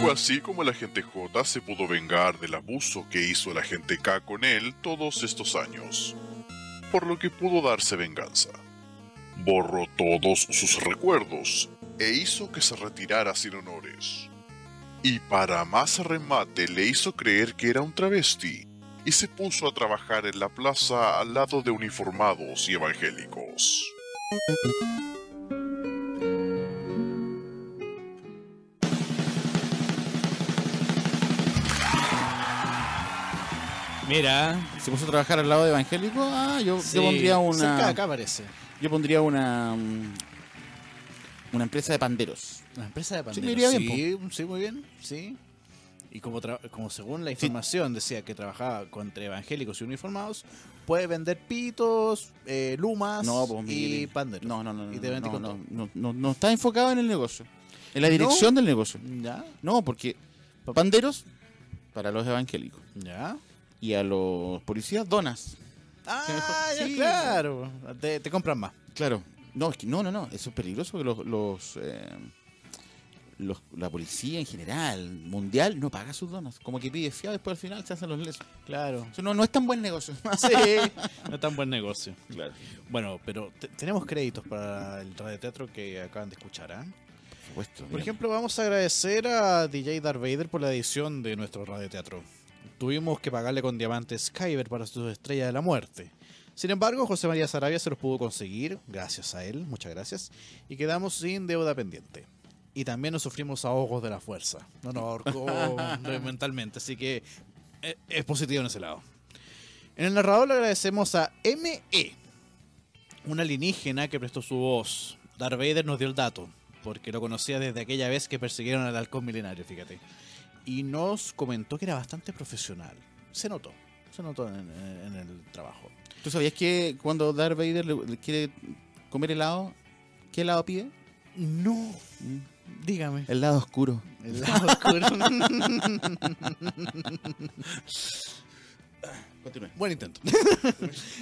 C: Fue así como el agente J se pudo vengar del abuso que hizo el agente K con él todos estos años, por lo que pudo darse venganza. Borró todos sus recuerdos e hizo que se retirara sin honores. Y para más remate le hizo creer que era un travesti y se puso a trabajar en la plaza al lado de uniformados y evangélicos.
B: Mira, se puso a trabajar al lado de evangélico. Ah, yo, yo
A: Sí,
B: pondría
A: Cerca de
B: una.
A: acá parece.
B: Yo pondría una. mm, Una empresa de panderos.
A: La empresa de
B: Sí,
A: panderos.
B: le iría bien,
A: sí, muy bien, sí. Y como, tra- como según la información decía que trabajaba contra evangélicos y uniformados, puede vender pitos, eh, lumas
B: No, pues,
A: y
B: Miguel,
A: panderos.
B: No, no, no. No,
A: Y te vendí
B: no,
A: con
B: no,
A: todo.
B: no, no, no está enfocado en el negocio. En la dirección del negocio.
A: Ya,
B: No, porque panderos para los evangélicos.
A: ya.
B: Y a los policías, donas.
A: Ah, ya,
B: Sí.
A: claro. Te, te compran más.
B: Claro. No, es que no, no, no. Eso es peligroso que los, los, eh, los- la policía en general, mundial, no paga sus donas. Como que pide fiado, después al final se hacen los lesos.
A: Claro.
B: Eso no, no es tan buen negocio.
A: Sí, no es tan buen negocio.
B: Claro.
A: Bueno, pero te- tenemos créditos para el radioteatro que acaban de escuchar, ¿ah?
B: Por supuesto.
A: Por ejemplo, vamos a agradecer a DJ Darth Vader por la edición de nuestro radioteatro. Tuvimos que pagarle con diamantes Kyber para su estrella de la muerte. Sin embargo, José María Sarabia se los pudo conseguir, gracias a él, muchas gracias, y quedamos sin deuda pendiente. Y también nos sufrimos ahogos de la fuerza. No nos ahorcó mentalmente, así que eh, es positivo en ese lado. En el narrador le agradecemos a E ME, un alienígena que prestó su voz. Darth Vader nos dio el dato, porque lo conocía desde aquella vez que persiguieron al halcón milenario, fíjate. Y nos comentó que era bastante profesional. Se notó, se notó en, en el trabajo.
B: ¿Tú sabías que cuando Darth Vader le, le quiere comer helado, ¿qué helado pide?
A: No, dígame.
B: El lado oscuro.
A: El lado oscuro.
B: Continúe.
A: Buen intento.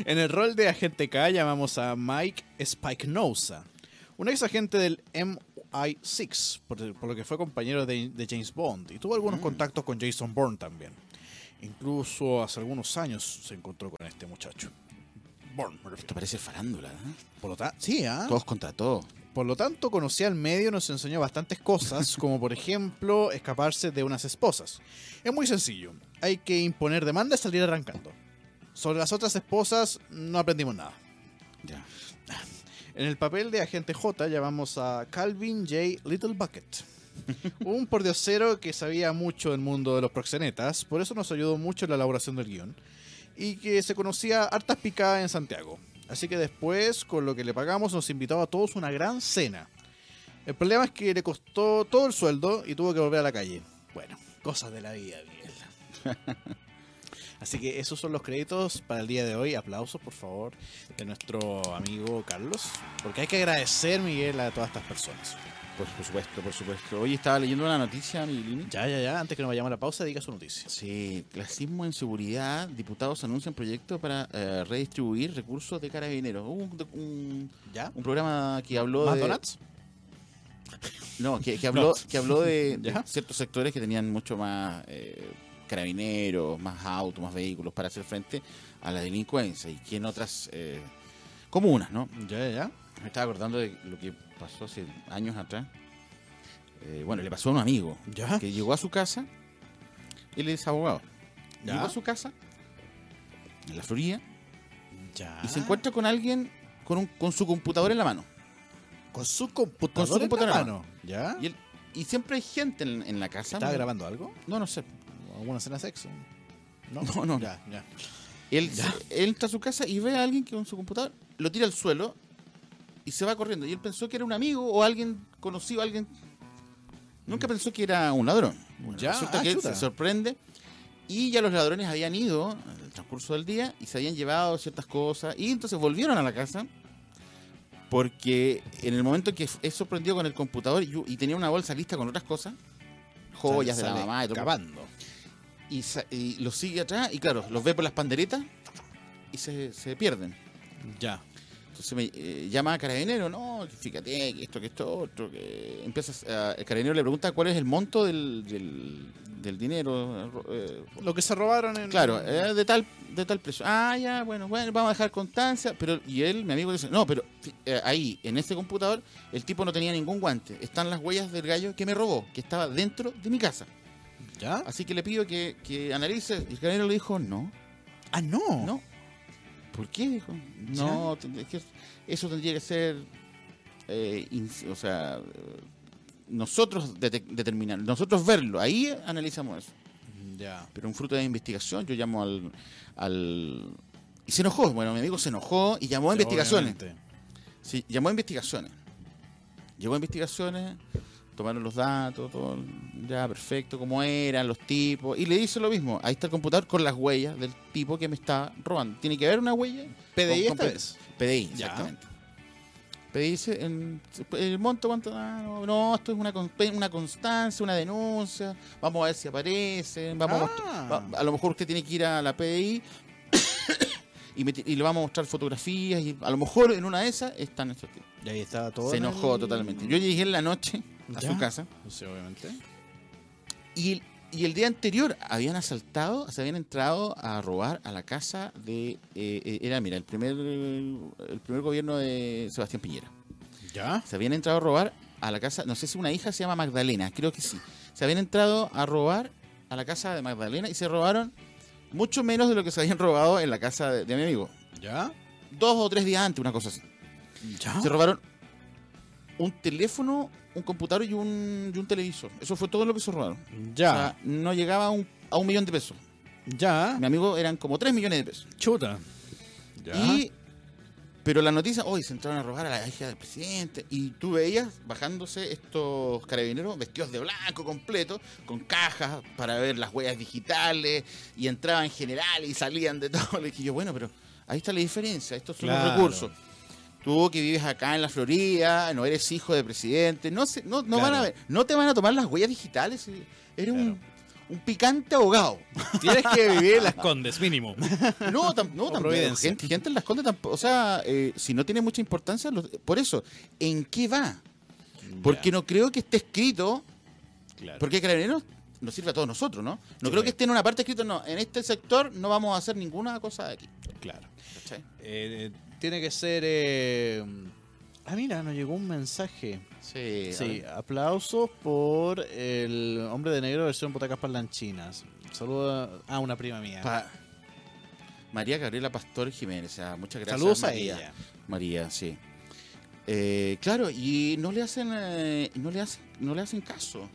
A: en el rol de agente K llamamos a Mike Spike Nosa, un ex agente del MI6, por, por lo que fue compañero de, de James Bond y tuvo algunos contactos con Jason Bourne también. Incluso hace algunos años se encontró con este muchacho. Bourne, me refiero.
B: Esto parece farándula, ¿eh?
A: por lo tanto, sí, ¿ah?
B: Todos contra todos.
A: Por lo tanto, conocía al medio y nos enseñó bastantes cosas, como por ejemplo escaparse de unas esposas. Es muy sencillo, hay que imponer demanda y salir arrancando. Sobre las otras esposas no aprendimos nada.
B: Ya.
A: En el papel de agente J llamamos a Calvin J. Little Bucket. Un pordiosero que sabía mucho del mundo de los proxenetas, por eso nos ayudó mucho en la elaboración del guión, y que se conocía hartas picadas en Santiago. Así que después, con lo que le pagamos, nos invitaba a todos una gran cena. El problema es que le costó todo el sueldo y tuvo que volver a la calle. Bueno, cosas de la vida, Miguel. Así que esos son los créditos para el día de hoy. Aplausos, por favor, de nuestro amigo Carlos. Porque hay que agradecer, Miguel, a todas estas personas.
B: Por supuesto, por supuesto. Hoy estaba leyendo una noticia, mi Lini.
A: Ya, ya, ya. Antes que nos vayamos a la pausa, diga su noticia.
B: Sí, clasismo en seguridad. Diputados anuncian proyecto para eh, redistribuir recursos de carabineros. Hubo un, un-
A: ¿Ya? Eh,
B: un programa que habló
A: ¿Más
B: de.
A: donuts?
B: No, que, que habló,
A: No.
B: que habló de, de
A: ¿Ya?
B: ciertos sectores que tenían mucho más eh, carabineros, más autos, más vehículos para hacer frente a la delincuencia y que en otras eh, comunas, ¿no?
A: Ya, ya, ya.
B: Me estaba acordando de lo que pasó hace años atrás. Eh, bueno, le pasó a un amigo
A: Ya.
B: que llegó a su casa. Él es abogado.
A: Ya.
B: Llegó a su casa en la Florida
A: Ya.
B: y se encuentra con alguien con, un- con su computadora en la mano.
A: con su computador.
B: Con su computadora
A: en la mano. ¿Ya?
B: Y, él- y siempre hay gente en, en la casa.
A: ¿Estaba grabando algo?
B: No, no sé.
A: ¿Alguna escena de sexo? No,
B: No, no.
A: Ya, ya.
B: Él, él entra a su casa y ve a alguien que con su computador lo tira al suelo y se va corriendo. Y él pensó que era un amigo o alguien conocido, alguien. Nunca pensó que era un ladrón. Bueno,
A: Mm. Ya,
B: resulta
A: ah,
B: que él
A: chuta.
B: se sorprende. Y ya los ladrones habían ido en el transcurso del día y se habían llevado ciertas cosas. Y entonces volvieron a la casa. Porque en el momento que es sorprendido con el computador y, y tenía una bolsa lista con otras cosas, joyas
A: Sale-
B: de la
A: sale
B: mamá y todo
A: Cavando.
B: y, sa- y los sigue atrás y claro, los ve por las panderetas y se, se pierden.
A: Ya.
B: Entonces me eh, llama a Carabinero, no, que fíjate, que esto, que esto, otro, que empiezas a- el Carabinero le pregunta cuál es el monto del, del, del dinero. eh, ro- eh,
A: Lo que se robaron en.
B: claro, eh, de tal de tal precio. Ah, ya, bueno, bueno, vamos a dejar constancia. pero Y él, mi amigo, dice, no, pero fi- eh, ahí, en este computador, el tipo no tenía ningún guante. Están las huellas del gallo que me robó, que estaba dentro de mi casa.
A: ¿Ya?
B: Así que le pido que, que analice. Y el Carabinero le dijo, no,
A: Ah, no.
B: no. ¿Por qué? Dijo. No, tendría que- eso tendría que ser. eh, ins- o sea, eh, nosotros detec- determinar, nosotros verlo. Ahí analizamos eso.
A: Ya.
B: Pero un fruto de investigación, yo llamo al. al- y se enojó. Bueno, mi amigo se enojó y llamó a investigaciones.
A: Obviamente.
B: Sí, llamó a investigaciones. Llegó a investigaciones, tomaron los datos, todo ya perfecto, cómo eran los tipos. Y le hizo lo mismo. Ahí está el computador con las huellas del tipo que me está robando. Tiene que haber una huella.
A: PDI
B: con-
A: esta
B: con-
A: vez.
B: PDI,
A: Ya.
B: exactamente. PDI dice, en- el monto cuánto, ah, no, no, esto es una, con- una constancia, una denuncia, vamos a ver si aparecen, vamos a mostrar-
A: Ah.
B: va- a lo mejor usted tiene que ir a la PDI y, me ti- y le vamos a mostrar fotografías y a lo mejor en una de esas están estos tipos.
A: Y ahí estaba todo.
B: Se
A: en
B: enojó
A: el-
B: totalmente. Yo llegué en la noche a
A: Ya.
B: su casa
A: Sí, obviamente.
B: y el, y el día anterior habían asaltado, se habían entrado a robar a la casa de... eh, eh, era, mira, el primer, el primer gobierno de Sebastián Piñera.
A: ¿Ya?
B: Se habían entrado a robar a la casa, no sé si una hija se llama Magdalena, creo que sí. Se habían entrado a robar a la casa de Magdalena y se robaron mucho menos de lo que se habían robado en la casa de, de mi amigo.
A: ¿Ya?
B: Dos o tres días antes, una cosa así.
A: ¿Ya?
B: Se robaron un teléfono, un computador y un, y un televisor. Eso fue todo lo que se robaron. O
A: Ya.
B: sea, no llegaba a un, a un millón de pesos.
A: Ya.
B: Mi amigo eran como tres millones de pesos.
A: Chuta.
B: Y, pero la noticia, hoy se entraron a robar a la hija del presidente. Y tú veías bajándose estos carabineros vestidos de blanco completo, con cajas para ver las huellas digitales, y entraban en general y salían de todo. Le dije yo, bueno, pero ahí está la diferencia, estos son
A: Claro.
B: los recursos. Tú que vives acá en la Florida, no eres hijo de presidente, no se- no, no
A: Claro.
B: van a ver, no te van a tomar las huellas digitales. Eres un, un picante abogado. Tienes que vivir en las
A: Condes, mínimo.
B: no, tam-
A: O
B: no tampoco.
A: Providencia.
B: Gente, gente en las condes tampoco. O sea, eh, si no tiene mucha importancia, lo- por eso, ¿en qué va? Porque no creo que esté escrito,
A: Claro.
B: porque Carabineros nos sirve a todos nosotros, ¿no? No
A: Sí.
B: creo que esté en una parte escrito, no, en este sector no vamos a hacer ninguna cosa de aquí.
A: Claro.
B: ¿cachai?
A: Eh, eh, tiene que ser. eh, Ah, mira, nos llegó un mensaje.
B: Sí.
A: Sí, aplausos por el hombre de negro versión botacas parlanchinas. Saluda a una prima mía.
B: Pa- María Gabriela Pastor Jiménez, ah, muchas gracias.
A: Saludos a
B: María.
A: ella.
B: María, sí. Eh, claro, y no le hacen, eh, no le hacen, no le hacen caso.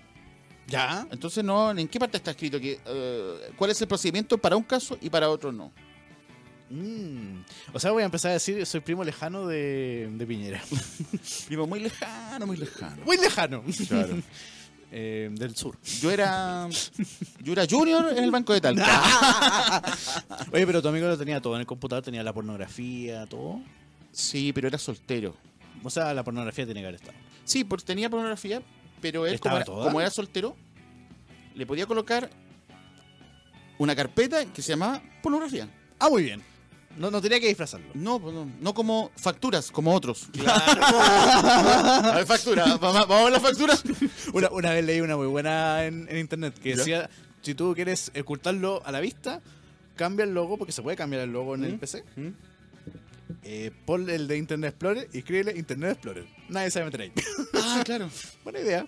A: ¿Ya?
B: Entonces, no, ¿en qué parte está escrito que eh, cuál es el procedimiento para un caso y para otro no?
A: Mm. O sea, voy a empezar a decir, soy primo lejano de, de Piñera.
B: Primo, muy lejano, muy lejano.
A: Muy lejano.
B: Claro.
A: Eh, del sur.
B: Yo era yo era junior en el banco de Talca.
A: Ah. Oye, pero tu amigo lo tenía todo en el computador, tenía la pornografía, todo.
B: Sí, pero era soltero.
A: O sea, la pornografía tiene que haber estado.
B: Sí, porque tenía pornografía, pero él,
A: Estaba
B: como era,
A: toda.
B: como era soltero, le podía colocar una carpeta que se llamaba pornografía.
A: Ah, muy bien. No, no tenía que disfrazarlo.
B: No, pues no, no como facturas, como otros.
E: Claro,
B: A ver, factura, va- va- vamos a ver las facturas.
A: Una, una vez leí una muy buena en, en internet que
B: ¿Ya?
A: decía: si tú quieres ocultarlo a la vista, cambia el logo, porque se puede cambiar el logo en el PC. Eh, ponle el de Internet Explorer y escríbele Internet Explorer. Nadie sabe meter ahí.
B: Ah, claro.
A: buena idea.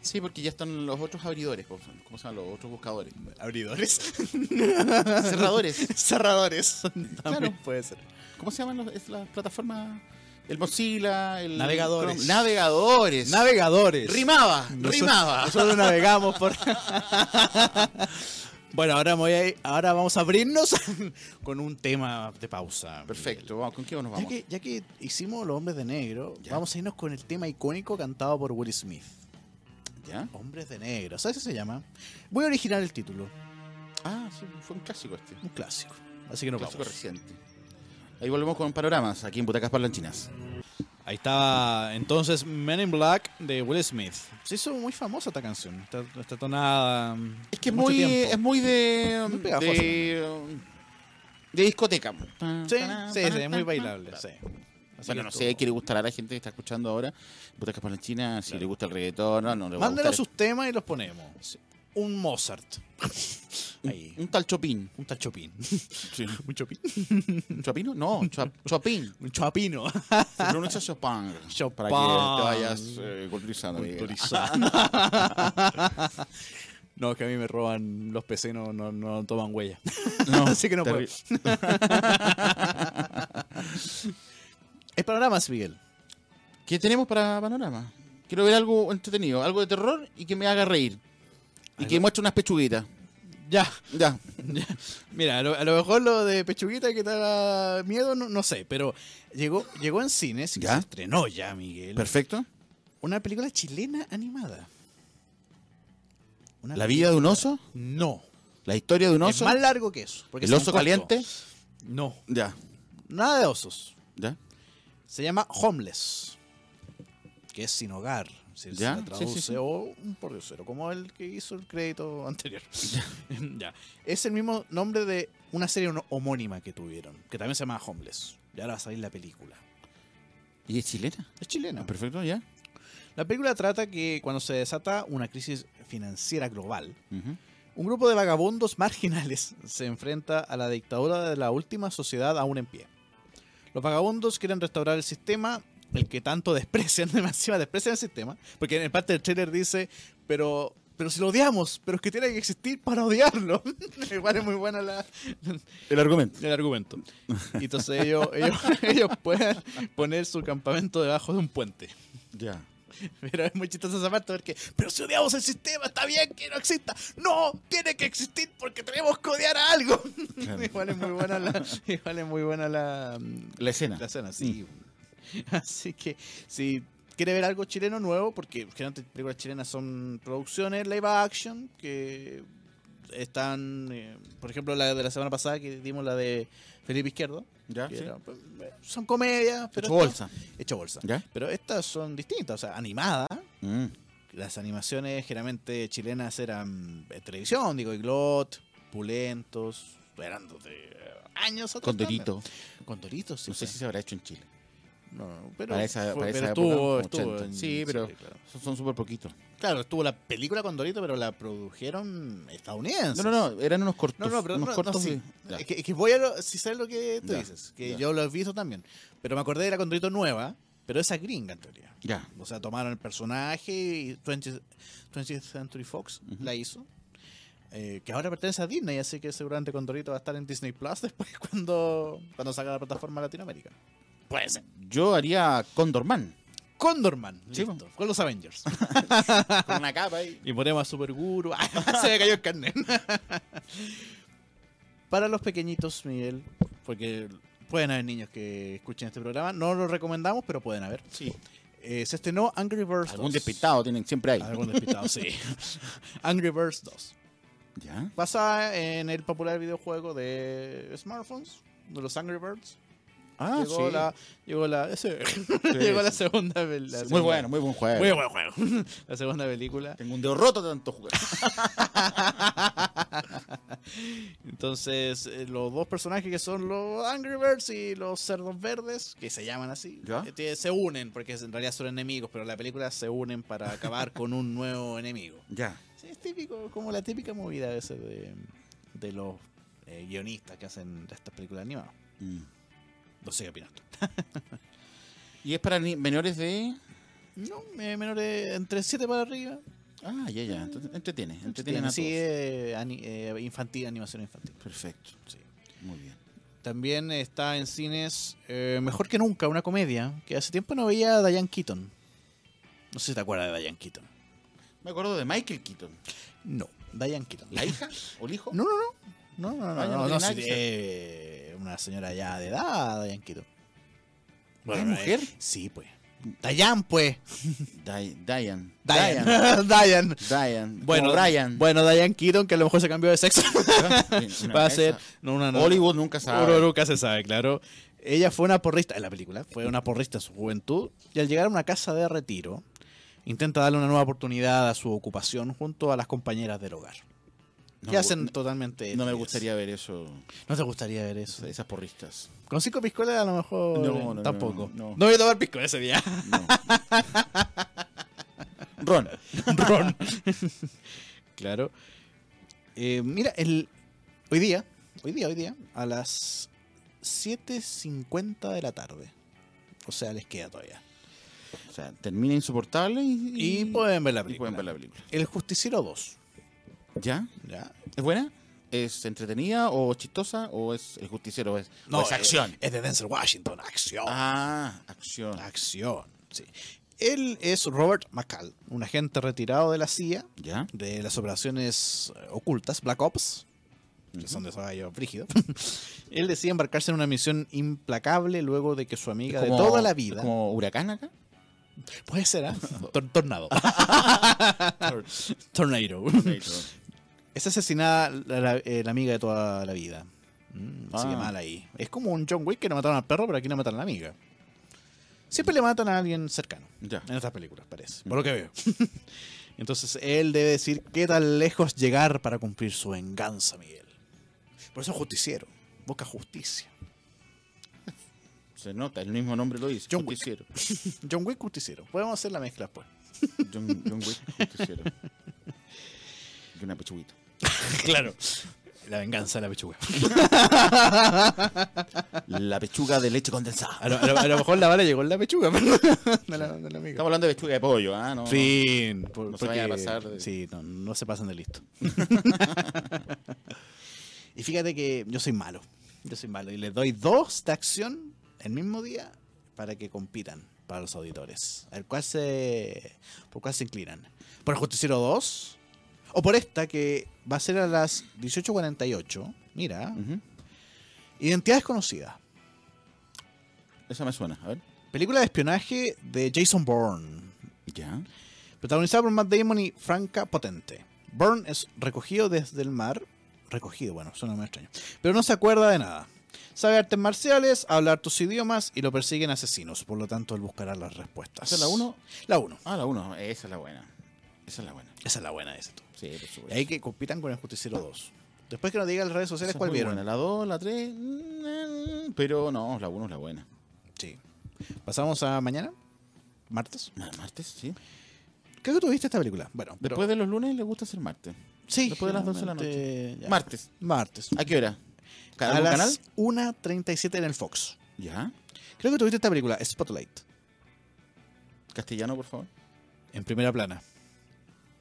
B: Sí, porque ya están los otros abridores, pues, ¿cómo se llaman los otros buscadores?
A: Abridores.
B: Cerradores.
A: Cerradores. También
B: Claro.
A: puede ser.
B: ¿Cómo se llaman los- es las plataformas? El Mozilla, el.
A: Navegadores.
B: Chrome. Navegadores.
A: Navegadores.
B: rimaba,
A: Nosotros-
B: rimaba.
A: Nosotros navegamos por. bueno, ahora, me voy a ir- ahora vamos a abrirnos con un tema de pausa.
B: Perfecto, vamos, ¿con qué nos
A: Ya
B: vamos?
A: que, ya que hicimos Los Hombres de Negro, vamos a irnos con el tema icónico cantado por Will Smith.
B: ¿Ya?
A: Hombres de Negro, ¿sabes qué se llama? Voy a originar el título,
B: Ah, sí, fue un clásico este.
A: un clásico. Así que nos
B: clásico
A: vamos.
B: reciente. Ahí volvemos con panoramas, aquí en Butacas Parlanchinas.
A: Ahí estaba entonces Men in Black de Will Smith. Se hizo muy famosa esta canción, está, está tonada. mm,
B: Es que es
A: mucho
B: muy,
A: tiempo.
B: es muy de.
A: Muy pegajosa.
B: de, um, de discoteca.
A: Sí, sí, sí, es muy bailable. Sí. Así
B: Bueno,
A: que
B: no
A: esto-
B: sé qué le gustará a la gente que está escuchando ahora. Butacas Parlanchinas, si le gusta el reggaetón, no, no le va a
A: Mándenos
B: gustar.
A: sus temas y los ponemos. Un Mozart. Ahí.
B: Un tal Chopin.
A: Un tachopín. Un chopín.
B: ¿Un ¿Chopino? No, Chop- Chopin.
A: Un chapino.
B: Se pronuncia Chopin.
A: Chopin.
B: Para que te vayas eh, culturizando. Miguel.
A: No, es que a mí me roban los PC, no, no, no toman huella.
B: No,
A: Así que no puedo.
B: terrible.
A: Es panoramas, Miguel.
B: ¿Qué tenemos para Panorama? Quiero ver algo entretenido, algo de terror y que me haga reír. Y que muestre unas pechuguitas.
A: Ya.
B: Ya.
A: Mira, a lo, a lo mejor lo de Pechuguita que te da miedo, no, no sé, pero llegó, llegó en cines y
B: ¿Ya?
A: se estrenó ya, Miguel.
B: Perfecto.
A: Una película chilena animada. Una
B: La vida de un oso,
A: No.
B: la historia de un
A: Es
B: oso,
A: más largo que eso. porque
B: el
A: es un
B: oso
A: corto.
B: caliente.
A: No.
B: Ya.
A: Nada de osos.
B: Ya.
A: Se llama Homeless, que es sin hogar, si se
B: Ya, sí, sí,
A: traduce,
B: sí.
A: o un pordiosero, como el que hizo el crédito anterior. Ya. Es el mismo nombre de una serie no- homónima que tuvieron, que también se llama Homeless. Y ahora va a salir la película.
B: ¿Y es chilena?
A: Es chilena.
B: Ah, Perfecto, ya.
A: La película trata que cuando se desata una crisis financiera global,
B: Ujú.
A: un grupo de vagabundos marginales se enfrenta a la dictadura de la última sociedad aún en pie. Los vagabundos quieren restaurar el sistema, el que tanto desprecian, de encima desprecian el sistema, porque en parte del trailer dice, pero, pero si lo odiamos, pero es que tiene que existir para odiarlo. Igual es muy buena la,
B: El argumento.
A: el argumento. Y entonces ellos, ellos, ellos pueden poner su campamento debajo de un puente.
B: Ya.
A: Pero es muy chistoso esa parte porque, pero si odiamos el sistema, está bien que no exista. No, tiene que existir porque tenemos que odiar a algo.
B: Claro.
A: igual es muy buena la, igual es muy buena la,
B: La escena.
A: la escena, sí.
B: Mm.
A: Así que si quiere ver algo chileno nuevo, porque generalmente películas chilenas son producciones live action que están, eh, por ejemplo, la de la semana pasada que dimos la de Felipe Izquierdo.
B: Ya.
A: que
B: Ah, sí.
A: era, pues, eh, son comedias, pero
B: Hecho
A: estas-
B: bolsa.
A: hecho bolsa.
B: Ya.
A: Pero estas son distintas, o sea, animadas.
B: Mm.
A: Las animaciones generalmente chilenas eran eh, televisión, digo, Iglot, Pulentos, eran de eh, años atrás.
B: Condorito.
A: también. Condoritos, sí.
B: No sé si se habrá hecho en Chile.
A: No, no, pero,
B: Para esa-
A: fue-
B: para
A: pero
B: esa
A: estuvo,
B: época,
A: estuvo
B: 80.
A: en-
B: Sí, pero-
A: claro.
B: Son- Son súper poquitos.
A: Claro, estuvo la película Condorito, pero la produjeron estadounidenses.
B: No, no, no. Eran unos cortos.
A: No, no, pero
B: unos
A: no, no,
B: cortos
A: sí.
B: de- Ya.
A: Es, que, es que voy a lo- si sabes lo que tú
B: Ya,
A: dices, que
B: ya.
A: yo lo he visto también. Pero me acordé de la Condorito nueva, pero esa es gringa en teoría.
B: Ya.
A: O sea, tomaron el personaje y 20, 20th Century Fox la hizo. eh, que ahora pertenece a Disney, así que seguramente Condorito va a estar en Disney Plus después cuando, cuando salga la plataforma Latinoamérica. Puede ser.
B: Yo haría Condorman.
A: Condorman,
B: Sí,
A: listo, con los Avengers.
B: Con una capa ahí.
A: y ponemos a Super Guru. Se me cayó el carnet. Para los pequeñitos, Miguel, porque pueden haber niños que escuchen este programa, no lo recomendamos, pero pueden haber.
B: Sí.
A: Eh, se estrenó Angry Birds
B: Algún
A: 2.
B: despistado tienen, siempre hay.
A: Algún despistado, sí. Angry Birds 2.
B: Ya.
A: Basada en el popular videojuego de smartphones, de los Angry Birds.
B: Ah,
A: llegó
B: sí.
A: la. Llegó la. ese- llegó la segunda. pel- la
B: Muy
A: segunda-
B: bueno, muy buen juego.
A: Muy buen juego. La segunda película.
B: Tengo un dedo roto de tanto jugar.
A: Entonces, eh, los dos personajes que son los Angry Birds y los cerdos verdes, que se llaman así,
B: ¿Ya?
A: eh, tie- se unen, porque en realidad son enemigos, pero en la película se unen para acabar con un nuevo enemigo.
B: Ya.
A: Sí, es típico, como la típica movida a veces de, de los eh, guionistas que hacen estas películas animadas.
B: Mm.
A: No sé qué opinas tú.
B: Y es para ni- menores de.
A: No, eh, menores entre 7 para arriba.
B: Ah, ya, ya. Ent- Entretiene, entretienen
A: Tienen
B: a
A: así
B: todos.
A: eh, ani- eh, infantil, animación infantil.
B: Perfecto.
A: Sí.
B: Muy bien.
A: También está en cines eh, Mejor que nunca, una comedia que hace tiempo no veía a Diane Keaton. No sé si te acuerdas de Diane Keaton.
B: Me acuerdo de Michael Keaton.
A: No, Diane Keaton.
B: ¿La hija o el hijo?
A: No, no, no. No, no, no,
B: Ah, ya
A: no,
B: no tiene
A: no,
B: nada
A: sí,
B: que
A: eh, una señora ya de edad, Diane Keaton.
B: ¿Es
A: eh,
B: mujer?
A: sí, pues. Diane, pues.
B: Di- Diane. Diane.
A: Diane. Diane.
B: Diane.
A: Bueno,
B: Como Brian.
A: Bueno, Diane Keaton, que a lo mejor se cambió de sexo.
B: Una
A: Va a
B: cabeza.
A: ser. No, una no.
B: Hollywood nunca
A: Uno
B: sabe.
A: nunca se sabe, claro. Ella fue una porrista, en la película, fue una porrista en su juventud y al llegar a una casa de retiro, intenta darle una nueva oportunidad a su ocupación junto a las compañeras del hogar. que
B: No me
A: hacen
B: gu-
A: totalmente...
B: No me
A: ellas.
B: gustaría ver eso.
A: No te gustaría ver eso.
B: Esas porristas.
A: Con cinco piscolas a lo mejor...
B: No,
A: eh,
B: no, no,
A: tampoco.
B: no.
A: voy a tomar pisco ese día.
B: No. Ron.
A: Ron. claro. Eh, mira, el, hoy día, hoy día, hoy día, a las 7.50 de la tarde. O sea, les queda todavía.
B: O sea, termina insoportable y.
A: Y pueden ver la
B: y
A: película.
B: pueden ver la película.
A: El Justiciero 2.
B: ¿Ya?
A: ¿ya?
B: ¿Es buena? ¿Es entretenida o chistosa o es el justiciero? o ¿Es, o
A: eh,
B: es acción?
A: Es de Denzel Washington. Acción.
B: Ah, acción.
A: Acción. Sí. Él es Robert McCall, un agente retirado de la CIA
B: ¿Ya?
A: de las operaciones eh, ocultas, Black Ops, que son de caballo frígido. Él decide embarcarse en una misión implacable luego de que su amiga
B: Como-
A: de toda la
B: es
A: vida.
B: ¿Como huracán acá?
A: Puede ser, ¿ah? Tor- tornado. Tornado. Es asesinada la, la- eh, la amiga de toda la vida. Mm, Así que
B: Ah.
A: mal ahí. Es como un John Wick que no mataron al perro, pero aquí no matan a la amiga. Siempre le matan a alguien cercano.
B: ya.
A: En estas películas, parece. Por lo que veo. Entonces, él debe decir qué tan lejos llegar para cumplir su venganza, Miguel. Por eso es justiciero. Busca justicia.
B: Se nota, el mismo nombre lo dice.
A: John Wick.
B: justiciero.
A: John Wick, justiciero. Podemos hacer la mezcla pues. después.
B: John, John Wick, justiciero. Y una pechuguita.
A: claro. La venganza de la pechuga.
B: La pechuga de leche condensada.
A: A lo, a lo- a lo mejor la bala llegó en la pechuga, pero de la, de la amiga.
B: Estamos hablando de pechuga de pollo, ¿ah? No,
A: Fin. por-
B: No se vayan a pasar de-
A: Sí, no, no se pasen de listo. y fíjate que yo soy malo. Yo soy malo. Y les doy dos de acción el mismo día para que compitan para los auditores. Al cual se, ¿Por cuál se inclinan? ¿Por el Justiciero 2? ¿O por esta que va a ser a las 18.48? Mira.
B: no. Ujú.
A: Identidad desconocida.
B: Esa me suena, a ver.
A: Película de espionaje de Jason Bourne.
B: Ya.
A: Protagonizada por Matt Damon y Franca Potente. Burn es recogido desde el mar. Recogido, bueno, suena muy extraño. Pero no se acuerda de nada. Sabe artes marciales, hablar tus idiomas y lo persiguen asesinos. Por lo tanto, él buscará las respuestas.
B: ¿Esa es la 1?
A: La 1.
B: Ah, la 1. Esa es la buena. Esa es la buena.
A: Esa es la buena, ese tú.
B: Sí, por supuesto.
A: Y ahí que compitan con el Justiciero 2. Después que nos digan las redes sociales
B: Esa es
A: cuál
B: muy
A: vieron.
B: buena. La 2, la 3. Pero no, la 1 es la buena.
A: Sí. Pasamos a mañana, martes.
B: Ma- Martes, sí.
A: Creo que tuviste esta película. Bueno, pero-
B: Después de los lunes le gusta hacer martes.
A: sí,
B: después de las 12 de la noche.
A: generalmente, ya.
B: Martes.
A: Martes.
B: ¿A qué hora? ¿Cada
A: a
B: algún
A: las
B: canal?
A: 1.37 en el Fox.
B: Ya.
A: Creo que tuviste esta película, Spotlight,
B: Castellano, por favor.
A: en primera plana.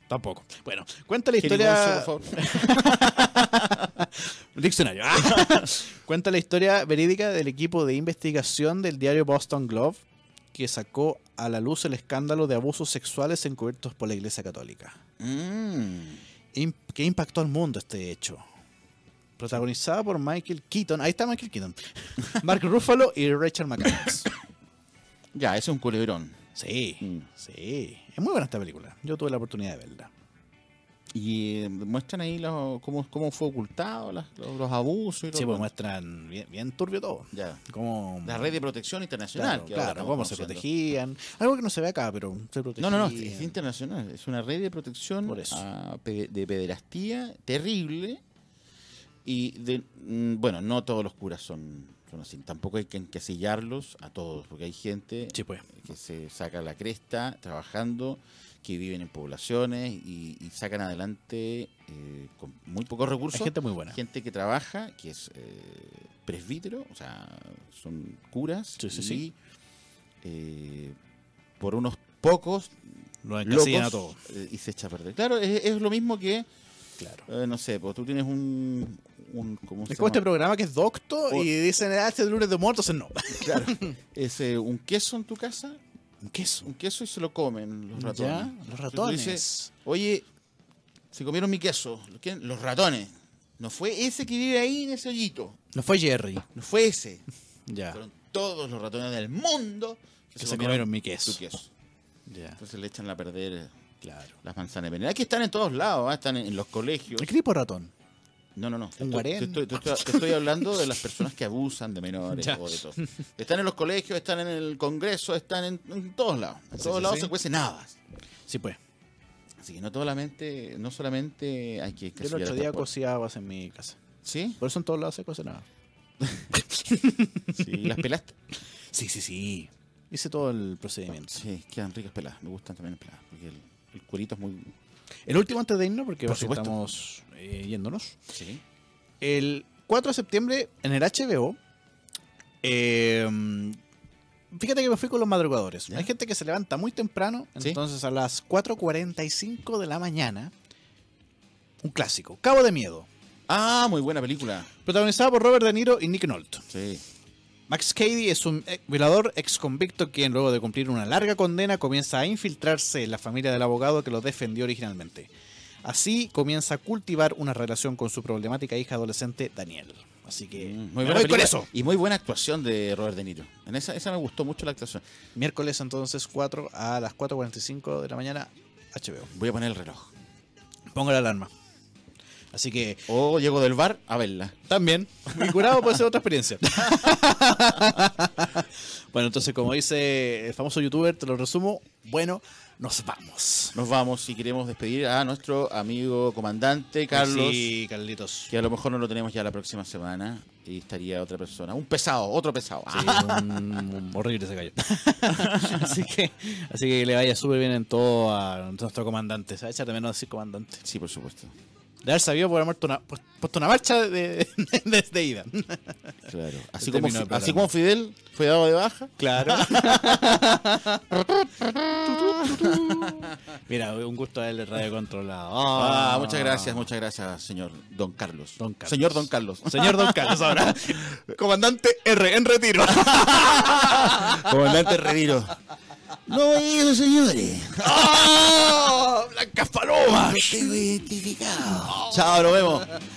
A: Tampoco. Bueno, cuenta la
B: Jerigonzo,
A: historia.
B: por favor.
A: Diccionario. Ah. cuenta la historia verídica del equipo de investigación del diario Boston Globe que sacó a la luz el escándalo de abusos sexuales encubiertos por la Iglesia Católica.
B: Mm.
A: Im- que impactó al mundo este hecho. Protagonizada por Michael Keaton. Ahí está Michael Keaton. Mark Ruffalo y Rachel McAdams.
B: Ya, ese es un culebrón.
A: Sí,
B: Mm.
A: sí. Es muy buena esta película. Yo tuve la oportunidad de verla.
B: Y eh, muestran ahí los- cómo, cómo fue ocultado, las- los, los abusos y todo.
A: Sí, pues
B: lo-
A: muestran bien, bien turbio todo.
B: Ya.
A: Como,
B: La red de protección internacional.
A: claro,
B: que ahora
A: claro,
B: estamos
A: cómo se
B: conociendo.
A: protegían. Algo que no se ve acá, pero se
B: No,
A: protegían.
B: no, no, es, es internacional. Es una red de protección
A: Por eso.
B: a pe- de pederastía terrible. Y de, mm, bueno, no todos los curas son, son así. Tampoco hay que encasillarlos a todos, porque hay gente
A: Sí, pues.
B: que se saca la cresta trabajando, que viven en poblaciones y, y sacan adelante eh, con muy pocos recursos.
A: Hay gente muy buena.
B: Gente que trabaja, que es eh, presbítero, o sea, son curas.
A: Sí, sí,
B: y,
A: sí.
B: eh, por unos pocos
A: Lo
B: locos
A: encasillan a todo.
B: eh, y se echa a perder. Claro, es, es lo mismo que,
A: Claro.
B: eh, no sé, pues tú tienes un... un ¿Cómo se
A: Es como este
B: llama?
A: programa que es docto
B: Por-
A: y dicen, ah, este es lunes de muertos. No.
B: Claro. Es eh, un queso en tu casa,
A: Un queso.
B: un queso y se lo comen los ratones.
A: Ya,
B: Entonces
A: los
B: tú
A: ratones.
B: dices, Oye, se comieron mi queso. ¿Lo quieren? Los ratones. No fue ese que vive ahí en ese hoyito.
A: No fue Jerry.
B: No fue ese.
A: Ya.
B: Fueron todos los ratones del mundo
A: Ah. Que se comieron mi queso.
B: tu queso.
A: Ya,
B: Entonces le echan a perder eh,
A: claro.
B: las manzanas venenosas. Aquí están en todos lados, ah, están en, en los colegios.
A: ¿El tipo ratón?
B: No, no, no. Te
A: Un
B: estoy,
A: guarén.
B: te estoy- te estoy- te estoy hablando de las personas que abusan de menores
A: Ya.
B: o de todo. Están en los colegios, están en el Congreso, están en, en todos lados. En
A: Sí,
B: todos
A: sí,
B: lados
A: sí.
B: se cuecen habas.
A: Sí, pues.
B: Así que no solamente, no solamente hay que...
A: Yo el otro
B: encasillar
A: día
B: a las
A: cocía habas en mi casa.
B: personas. ¿Sí?
A: Por eso en todos lados se cocinaba.
B: Sí, las pelaste.
A: Sí, sí, sí. Hice todo el procedimiento.
B: Sí, quedan ricas peladas. Me gustan también las peladas. Porque el, el cuerito es muy.
A: El último antes de irnos, porque
B: Por
A: ahora
B: supuesto.
A: estamos eh, yéndonos.
B: Sí.
A: El 4 de septiembre en el HBO. eh, fíjate que me fui con los madrugadores.
B: ¿Ya?
A: Hay gente que se levanta muy temprano.
B: Sí.
A: Entonces a las 4.45 de la mañana. Un clásico. Cabo de Miedo.
B: Ah, muy buena película.
A: Protagonizada por Robert De Niro y Nick Nolte.
B: Sí.
A: Max Cady es un eh, violador ex convicto quien luego de cumplir una larga condena comienza a infiltrarse en la familia del abogado que lo defendió originalmente. Así comienza a cultivar una relación con su problemática hija adolescente Daniel. Así que
B: Mm,
A: Eh, me voy
B: buena
A: con
B: película.
A: eso.
B: Y muy buena actuación de Robert De Niro. En esa, esa me gustó mucho la actuación.
A: Miércoles entonces 4 a las 4.45 de la mañana HBO.
B: Voy a poner el reloj.
A: Pongo la alarma. Así que
B: O llego del bar a verla.
A: También. Mi curado puede ser otra experiencia. bueno, entonces, como dice el famoso youtuber, te lo resumo. Bueno, nos vamos.
B: Nos vamos y queremos despedir a nuestro amigo comandante Carlos.
A: Pues Sí, Carlitos.
B: Que a lo mejor no lo tenemos ya la próxima semana. Y estaría otra persona. Un pesado, otro pesado. Ah.
A: Sí, un- un horrible ese gallo. así, que, así que le vaya súper bien en todo a nuestro comandante. Se va a echar de menos decir comandante.
B: Sí, por supuesto.
A: De haber sabido por haber muerto una- pu- puesto una marcha de, de, de- de ida.
B: Claro. Así,
A: Terminó
B: como,
A: el
B: Fi-
A: programa.
B: así como Fidel fue dado de baja.
A: Claro. Mira, un gusto haberle radio controlado.
B: Ah, muchas gracias, muchas gracias, señor Don Carlos.
A: Don Carlos.
B: Señor Don Carlos.
A: Señor Don Carlos, ahora. Comandante R, en retiro.
B: Comandante Reviro. No he señores.
A: ¡Oh! ¡Blancas palomas!
B: Estoy identificado. Chao, nos vemos.